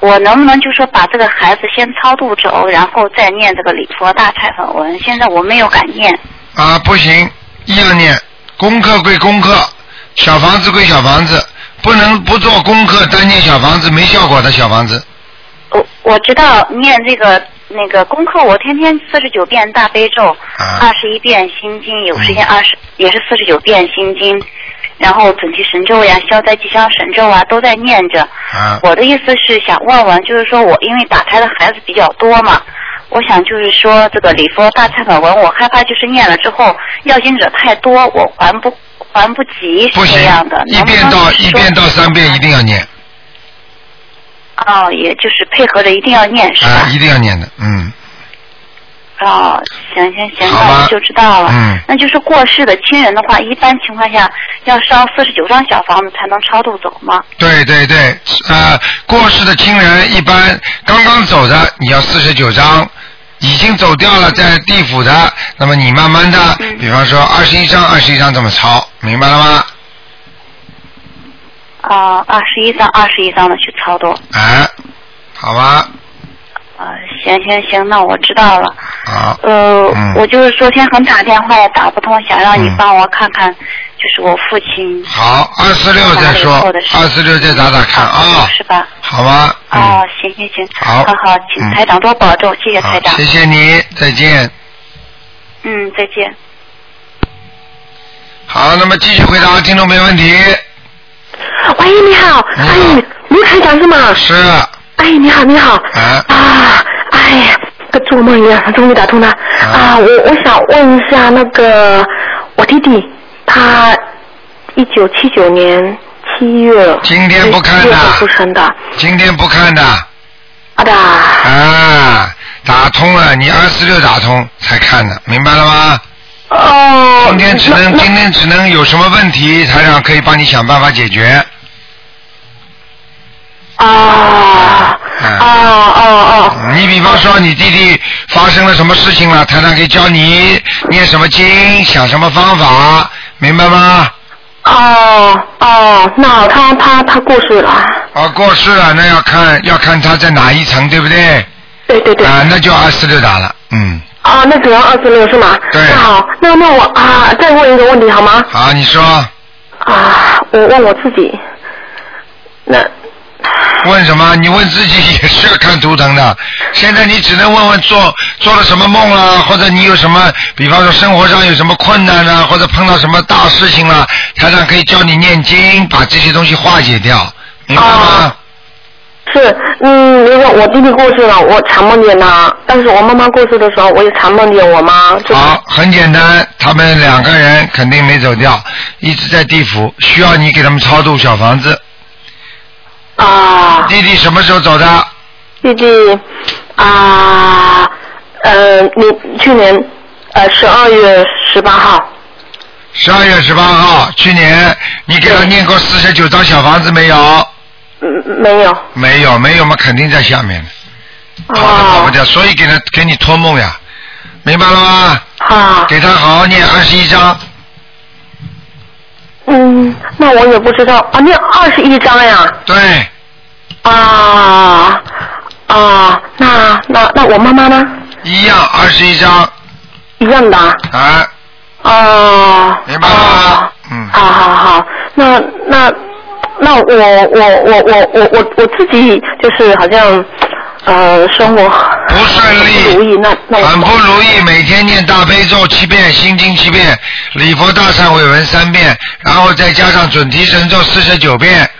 Speaker 10: 我能不能就说把这个孩子先超度走，然后再念这个礼佛大忏悔文？现在我没有敢念。
Speaker 2: 啊，不行，要念功课归功课，小房子归小房子，不能不做功课单念小房子没效果的小房子。
Speaker 10: 我我知道念这个那个功课，我天天四十九遍大悲咒，
Speaker 2: 啊
Speaker 10: 二十一遍心经，有时间
Speaker 2: 嗯
Speaker 10: 二十、也是四十九遍心经，然后准提神咒呀、消灾吉祥神咒啊都在念着。
Speaker 2: 啊
Speaker 10: 我的意思是想问问，就是说我因为打胎的孩子比较多嘛，我想就是说这个礼佛大忏悔文，我害怕就是念了之后要经者太多，我还不还不及
Speaker 2: 不
Speaker 10: 是
Speaker 2: 行
Speaker 10: 这样的，。
Speaker 2: 一遍到一遍到三遍一定要念
Speaker 10: 哦，也就是配合着一定要念是吧？
Speaker 2: 啊，一定要念的，嗯，
Speaker 10: 哦，行行行，那我就知道了。
Speaker 2: 嗯
Speaker 10: 那就是过世的亲人的话，一般情况下要烧四十九张小房子才能超度走吗？
Speaker 2: 对对对，啊，过世的亲人一般刚刚走的你要四十九章，已经走掉了在地府的，那么你慢慢的，比方说二十一章二十一章这么抄，明白了吗？
Speaker 10: 啊、二十一张，二十一张的去超度。
Speaker 2: 哎，好吧，
Speaker 10: 行行行，那我知道了。
Speaker 2: 好，
Speaker 10: 呃，
Speaker 2: 嗯
Speaker 10: 我就是昨天很打电话也打不通，想让你
Speaker 2: 嗯
Speaker 10: 帮我看看，就是我父亲
Speaker 2: 好，二四六再说，二四六再打打看啊，
Speaker 10: 是吧？
Speaker 2: 好吧，嗯，
Speaker 10: 哦，行行行，
Speaker 2: 好
Speaker 10: 好好，请
Speaker 2: 嗯
Speaker 10: 台长多保重，谢谢台长。
Speaker 2: 谢谢你，再见。
Speaker 10: 嗯，再见。
Speaker 2: 好，那么继续回答听众没问题。
Speaker 11: 喂，你好，哎，卢台长是吗？
Speaker 2: 是。
Speaker 11: 哎，你好，你好。
Speaker 2: 啊。
Speaker 11: 啊，哎呀，这做梦一样，终于打通了。啊，我我想问一下那个我弟弟，他一九七九年七月。
Speaker 2: 今天不看的
Speaker 11: 出生的。
Speaker 2: 今天不看的。
Speaker 11: 好的。
Speaker 2: 啊，打通了，你二四六打通才看的，明白了吗？
Speaker 11: 哦。
Speaker 2: 今天只能今天只能有什么问题，台长可以帮你想办法解决。啊。
Speaker 11: 哦哦
Speaker 2: 哦。你比方说你弟弟发生了什么事情了，台长可以教你念什么经，想什么方法，明白吗？
Speaker 11: 哦哦，那他他他过世了。
Speaker 2: 啊，过世了，那要看要看他在哪一层，对不对？
Speaker 11: 对对对。
Speaker 2: 啊，那就二四六打了，嗯。
Speaker 11: 啊，那只能二十六是吗？
Speaker 2: 对
Speaker 11: 那好，那那我啊，再问一个问题好吗？
Speaker 2: 好，你说
Speaker 11: 啊，我问我自己，那
Speaker 2: 问什么？你问自己也是要看图腾的。现在你只能问问做做了什么梦啦，或者你有什么，比方说生活上有什么困难啦，或者碰到什么大事情啦，台长可以教你念经，把这些东西化解掉，明白吗？
Speaker 11: 啊是嗯，那个我弟弟过世了，我常梦见他，但是我妈妈过世的时候，我也常梦见我妈。就
Speaker 2: 好，很简单，他们两个人肯定没走掉，一直在地府，需要你给他们超度小房子。
Speaker 11: 啊。
Speaker 2: 弟弟什么时候走的？
Speaker 11: 弟弟啊，呃，你去年呃十二月十八号
Speaker 2: 十二月十八号，去年你给他念过四十九张小房子没有？
Speaker 11: 嗯没有啊
Speaker 2: 没有，没有嘛，肯定在下面的，跑都跑不掉，所以给他给你托梦呀，明白了吗？
Speaker 11: 啊。
Speaker 2: 给他好好念二十一章，
Speaker 11: 嗯，那我也不知道啊，那二十一张呀。
Speaker 2: 对，
Speaker 11: 啊啊，那那那我妈妈呢？
Speaker 2: 一样二十一章
Speaker 11: 一样的啊。
Speaker 2: 啊，
Speaker 11: 哦。
Speaker 2: 明白吗？嗯。
Speaker 11: 好好啊好，那那那我我我我我我我自己就是好像呃生活
Speaker 2: 不顺利，
Speaker 11: 不如意，那那
Speaker 2: 很
Speaker 11: 我
Speaker 2: 不如意，每天念大悲咒七遍，心经七遍，礼佛大忏悔文三遍，然后再加上准提神咒四十九遍。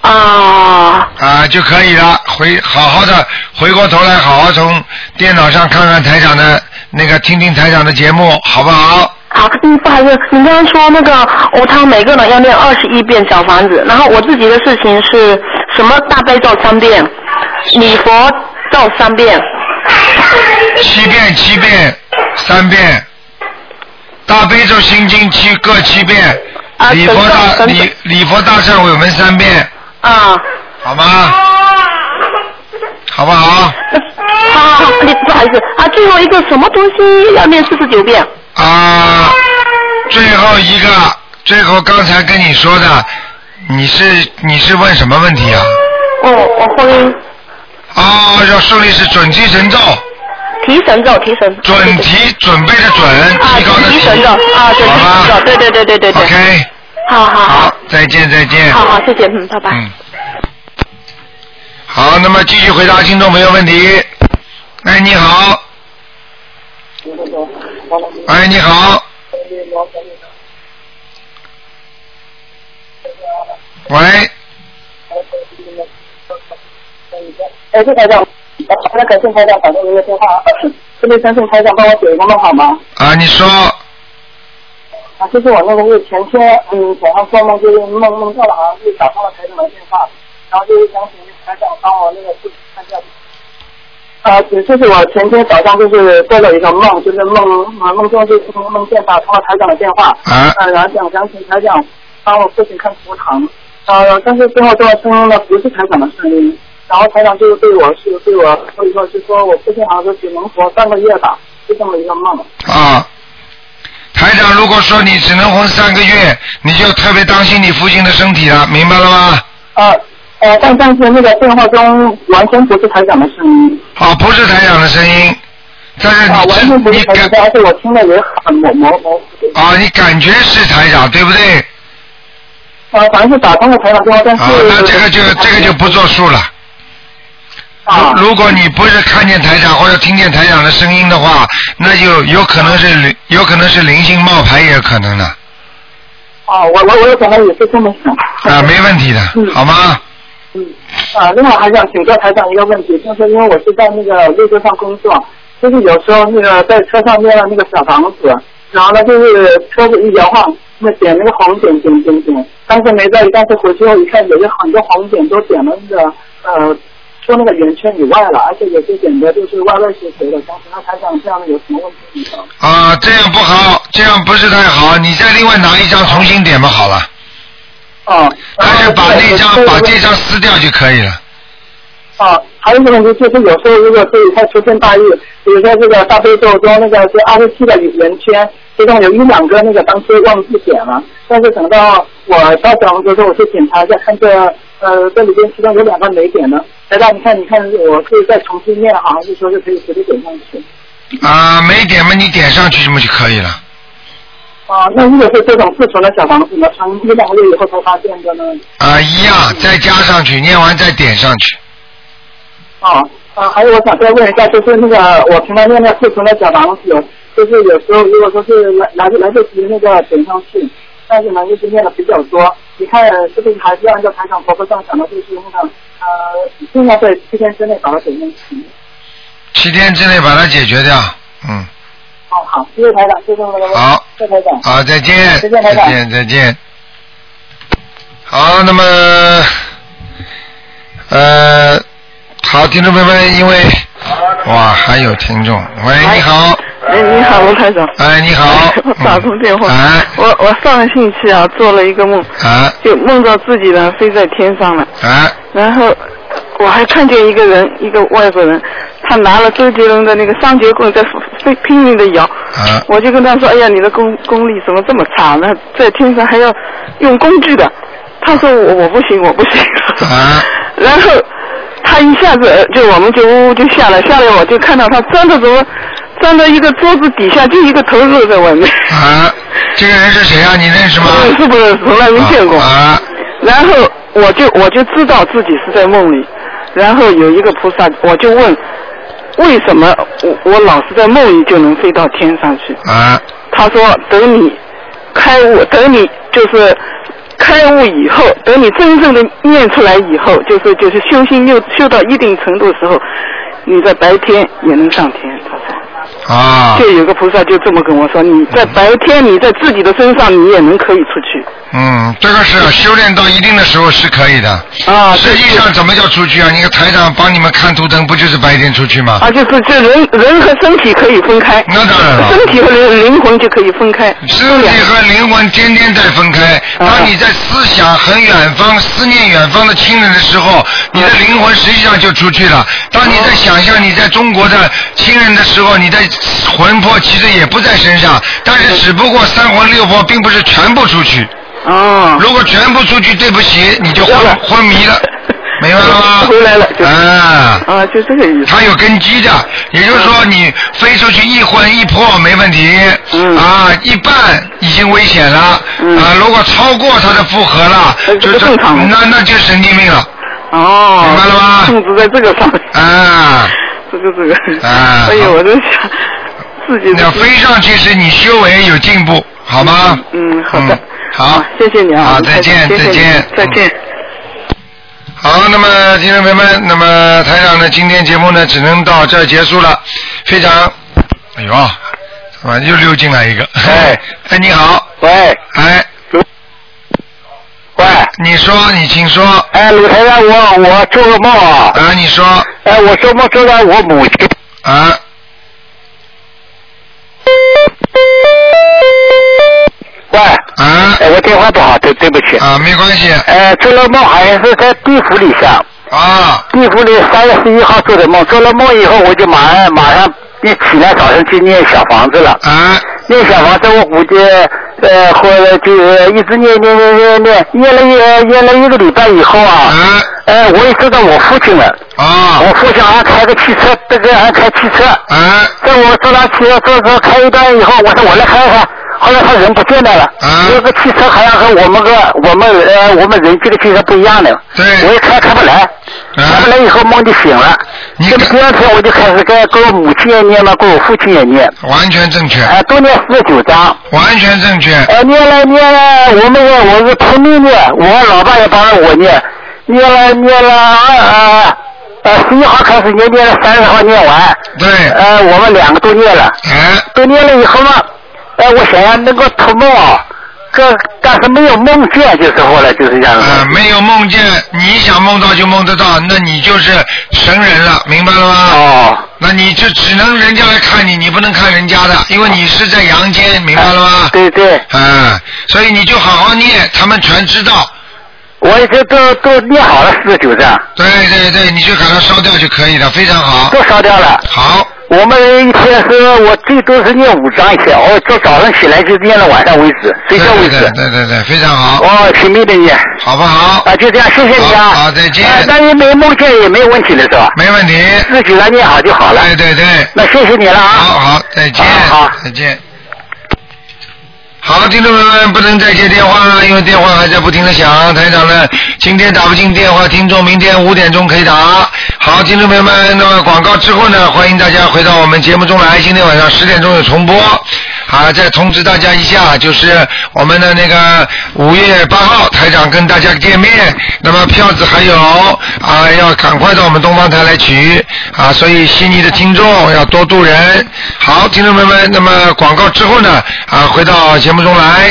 Speaker 11: 啊。
Speaker 2: 啊，就可以了。回好好的回过头来，好好从电脑上看看台长的那个，听听台长的节目，好不好？
Speaker 11: 好，嗯，不好意思，你刚刚说那个我他每个人要念二十一遍小房子，然后我自己的事情是什么大悲咒三遍，礼佛咒三遍，
Speaker 2: 七遍，七遍，三遍。大悲咒心经七各七遍，啊礼佛
Speaker 6: 等
Speaker 2: 大
Speaker 6: 等
Speaker 2: 礼礼佛大忏悔文三遍，
Speaker 6: 啊，
Speaker 2: 好吗？好不
Speaker 11: 啊
Speaker 2: 好？
Speaker 6: 好好好，你不好意思啊，最后一个什么东西要念四十九遍？
Speaker 2: 啊，最后一个，最后刚才跟你说的，你是你是问什么问题啊？
Speaker 6: 哦，我婚姻
Speaker 2: 哦，要顺利是准提神咒，
Speaker 6: 提神咒，提神
Speaker 2: 准提准备的准，提高的
Speaker 6: 提
Speaker 2: 提，
Speaker 6: 神咒啊，对，提神咒，对对对对对对。
Speaker 2: OK，哎
Speaker 6: 好好好，
Speaker 2: 再见再见。
Speaker 6: 好好，谢谢，嗯，拜拜。
Speaker 2: 好，那么继续回答听众朋友问题。哎，你好，哎，你好，喂，
Speaker 12: 哎，谢台长，呃好的，感谢台长打通您的电话。特别相信台长帮我解一个梦好吗？
Speaker 2: 啊，你说，
Speaker 12: 啊，就是我那个是前天，嗯，早上做梦就是梦梦到了，好像是打通了台长的电话，然后就是想请台长帮我那个自己看一下。呃，就是我前天早上就是做了一个梦，就是梦啊梦中就是梦见打通了台长的电话，
Speaker 2: 啊
Speaker 12: 呃，然后想想请台长帮我父亲看图腾，呃，但是最后这个声音呢不是台长的声音，然后台长就是对我是对我说一个，是说我父亲好像是只能活半个月吧，就这么一个梦。
Speaker 2: 啊，台长，如果说你只能活三个月，你就特别当心你父亲的身体了，明白了吗？
Speaker 12: 呃呃，但但是那个电话中完全不是台长的声音，
Speaker 2: 啊，不是台长的声音，但是
Speaker 12: 啊，
Speaker 2: 你
Speaker 12: 完
Speaker 2: 知、
Speaker 12: 全不
Speaker 2: 你
Speaker 12: 是台长的声音，而且我听的也很模模糊糊。
Speaker 2: 啊，你感觉是台长对不对？
Speaker 12: 啊呃，反正是打通了台长电话，但是、
Speaker 2: 啊，那这个就这个就不作数了。
Speaker 12: 啊
Speaker 2: 如如果你不是看见台长或者听见台长的声音的话，那就有可能是灵，有可能是灵性冒牌，也有可能的
Speaker 12: 哦，我我我有可能也是这么想。
Speaker 2: 啊，没问题的，
Speaker 12: 嗯
Speaker 2: 好吗？
Speaker 12: 啊，另外还想请教台长一个问题，就是因为我是在那个列车上工作，就是有时候那个在车上面那个小房子，然后呢就是车子一摇晃，那点那个红点点点点，当时没在意，但是回去后一看，有很多红点都点了那个呃，除那个圆圈以外了，而且有些点的就是歪歪斜斜的。当时那台长这样的有什么问题吗？
Speaker 2: 啊，这样不好，这样不是太好，你再另外拿一张重新点吧，好了。
Speaker 12: 哦，
Speaker 2: 还是把那张把这张撕掉就可以了。
Speaker 12: 啊，还有一个问题就是，有时候如果自己太粗心大意，比如说这个大悲咒中那个是二十七的圆圈，其中有一两个那个当初忘记点了，但是等到我到小红的时候，我去检查一下，看这呃这里边其中有两个没点的，来到你看你看我可以再重新念，好像是说是可以直接点上去。
Speaker 2: 啊，没点嘛，你点上去什么就可以了。
Speaker 12: 啊，那如果是这种自存的小房子呢，从一两个月以后才发现的呢？
Speaker 2: 啊，一样，再加上去，念完再点上去。
Speaker 12: 哦，啊，还有我想再问一下，就是那个我平常念那库存的小房子，就是有时候如果说是来来来不及那个点上去，但是呢就是念的比较多，你看是不是还是按照台长佛佛上讲的，就是那个呃，尽量在七天之内把它点上去。
Speaker 2: 七天之内把它解决掉。嗯，
Speaker 12: 哦，好，谢谢台长，谢谢那个
Speaker 2: 好，
Speaker 12: 谢谢台长，
Speaker 2: 好，再见，
Speaker 12: 再见台长
Speaker 2: 再见，再见。好，那么，呃，好，听众朋友们，因为哇，还有听众，喂，你好，
Speaker 3: 哎，你好，卢台长。
Speaker 2: 哎，你好， 嗯哎
Speaker 3: 打通电话。我我上个星期啊做了一个梦，
Speaker 2: 啊
Speaker 3: 就梦到自己呢飞在天上了，
Speaker 2: 啊
Speaker 3: 然后我还看见一个人，一个外国人，他拿了周杰伦的那个双节棍在飞拼命的摇，
Speaker 2: 啊
Speaker 3: 我就跟他说，哎呀，你的功功力怎么这么差？那在天上还要用工具的。他说我我不行，我 不行。然后他一下子呃就我们就呜呜就下来，下来我就看到他钻到怎么钻到一个桌子底下，就一个头露在外面。
Speaker 2: 啊，这个人是谁啊？你认识吗？
Speaker 3: 认识不认识？从来没见过。
Speaker 2: 啊。
Speaker 3: 然后我就我就知道自己是在梦里，然后有一个菩萨，我就问。为什么我我老是在梦里就能飞到天上去？
Speaker 2: 啊
Speaker 3: 他说等你开悟，等你就是开悟以后，等你真正的念出来以后，就是就是修心又修到一定程度的时候，你在白天也能上天。他说
Speaker 2: 啊
Speaker 6: 就有个菩萨就这么跟我说，你在白天你在自己的身上你也能可以出去。
Speaker 2: 嗯，这个是修炼到一定的时候是可以的。
Speaker 6: 啊，
Speaker 2: 实际上怎么叫出去啊？你看台长帮你们看图腾，不就是白天出去吗？
Speaker 6: 啊，就是这人人和身体可以分开，
Speaker 2: 那当然了
Speaker 6: 身体和灵灵魂就可以分开。
Speaker 2: 身体和灵魂天天在分开。当你在思想很远方、思念远方的亲人的时候，你的灵魂实际上就出去了。当你在想象你在中国的亲人的时候，你的魂魄其实也不在身上，但是只不过三魂六魄并不是全部出去。
Speaker 6: 哦。
Speaker 2: 如果全部出去，对不起，你就昏昏迷了。 明白了吗？
Speaker 6: 回来了。
Speaker 2: 啊。
Speaker 6: 啊，就这个意思。啊
Speaker 2: 它有根基的，也就是说你飞出去一魂一魄没问题。嗯。啊，一半已经危险了。嗯。啊，如果超过它的负荷了，就是正常。那那就是神经病了。
Speaker 6: 哦，
Speaker 2: 明白了吗？
Speaker 6: 控制在这个上面。
Speaker 2: 啊。
Speaker 6: 这个这个。
Speaker 2: 啊。
Speaker 6: 哎呦，我在想自己。
Speaker 2: 那飞上去是你修为有进步，好吗？
Speaker 6: 嗯，好的。
Speaker 2: 好，
Speaker 6: 谢谢你啊。
Speaker 2: 好再见
Speaker 6: 谢谢
Speaker 2: 再
Speaker 6: 你
Speaker 2: 见
Speaker 6: 再见。
Speaker 2: 好，那么听众朋友们，那么台长呢，今天节目呢只能到这儿结束了，非常，哎呦，怎么又溜进来一个？哎， 哎，你好，
Speaker 3: 喂，
Speaker 2: 哎，
Speaker 3: 喂，
Speaker 2: 你说，你请说。
Speaker 3: 哎，鲁台长，我我做个梦啊。
Speaker 2: 啊，你说。
Speaker 3: 哎，我做梦做到我母亲。
Speaker 2: 啊。
Speaker 3: 喂。
Speaker 2: 啊。
Speaker 3: 哎，我电话不好，对对不起。
Speaker 2: 啊，没关系。
Speaker 3: 哎，做了梦好像是在地府里上。
Speaker 2: 啊。
Speaker 3: 地府里三月十一号做的梦，做了梦以后我就马上马上一起来早上去念小房子了。
Speaker 2: 啊。
Speaker 3: 念小房子，我估计呃，或者就是一直念念念念念，念了一念了一个礼拜以后啊，哎、我也知道我父亲了。
Speaker 2: 啊。
Speaker 3: 我父亲还开个汽车，这个还开汽车。
Speaker 2: 啊。
Speaker 3: 在我坐他汽车坐坐开一段以后，我说我来开开。后来他人不见了了，
Speaker 2: 啊
Speaker 3: 那个汽车好像和我们个我们呃我们人机的汽车不一样的，我一开开不来，
Speaker 2: 啊
Speaker 3: 开不来以后梦就醒了，那么第二天我就开始跟跟我母亲也念了，跟我父亲也念，
Speaker 2: 完全正确。
Speaker 3: 哎，都念四十九章。
Speaker 2: 完全正确。
Speaker 3: 哎，念了念了，我们也我是拼命念，我老爸也帮着我念，念了念了呃呃十一号开始念，念了三十号念完。
Speaker 2: 对。
Speaker 3: 呃，我们两个都念了。
Speaker 2: 嗯。
Speaker 3: 都念了以后嘛，哎、我想要能够托梦啊，这但是没有梦见就是后来就是这样子。
Speaker 2: 啊，没有梦见，你想梦到就梦得到，那你就是神人了，明白了吗？
Speaker 3: 哦。
Speaker 2: 那你就只能人家来看你，你不能看人家的，因为你是在阳
Speaker 3: 哦
Speaker 2: 间，明白了吗？
Speaker 3: 对对。
Speaker 2: 啊，所以你就好好念，他们全知道。
Speaker 3: 我已经都都念好了四十九章，
Speaker 2: 对对对，你就给它烧掉就可以了，非常好。
Speaker 3: 都烧掉了。
Speaker 2: 好。
Speaker 3: 我们一天是我最多是念五章一天，我就早上起来就念到晚上为止，
Speaker 2: 对
Speaker 3: 睡觉为
Speaker 2: 对
Speaker 3: 止。
Speaker 2: 对对对对，非常好。
Speaker 3: 哦，拼命的念。
Speaker 2: 好不好？
Speaker 3: 啊，就这样，谢谢你啊。
Speaker 2: 好好再见
Speaker 3: 哎那你没梦见也没有问题了是吧？
Speaker 2: 没问题。
Speaker 3: 自己来念好就好了。
Speaker 2: 对对对。
Speaker 3: 那谢谢你了啊。
Speaker 2: 好好，再见。好，再见。好，听众朋友们，不能再接电话啊了，因为电话还在不停的响。台长呢，今天打不进电话，听众明天五点钟可以打。好，听众朋友们，那么广告之后呢，欢迎大家回到我们节目中来。今天晚上十点钟有重播。啊，再通知大家一下，就是我们的那个五月八号台长跟大家见面，那么票子还有啊，要赶快到我们东方台来取啊，所以悉尼的听众要多度人。好，听众朋友们，那么广告之后呢，啊，回到节目中来。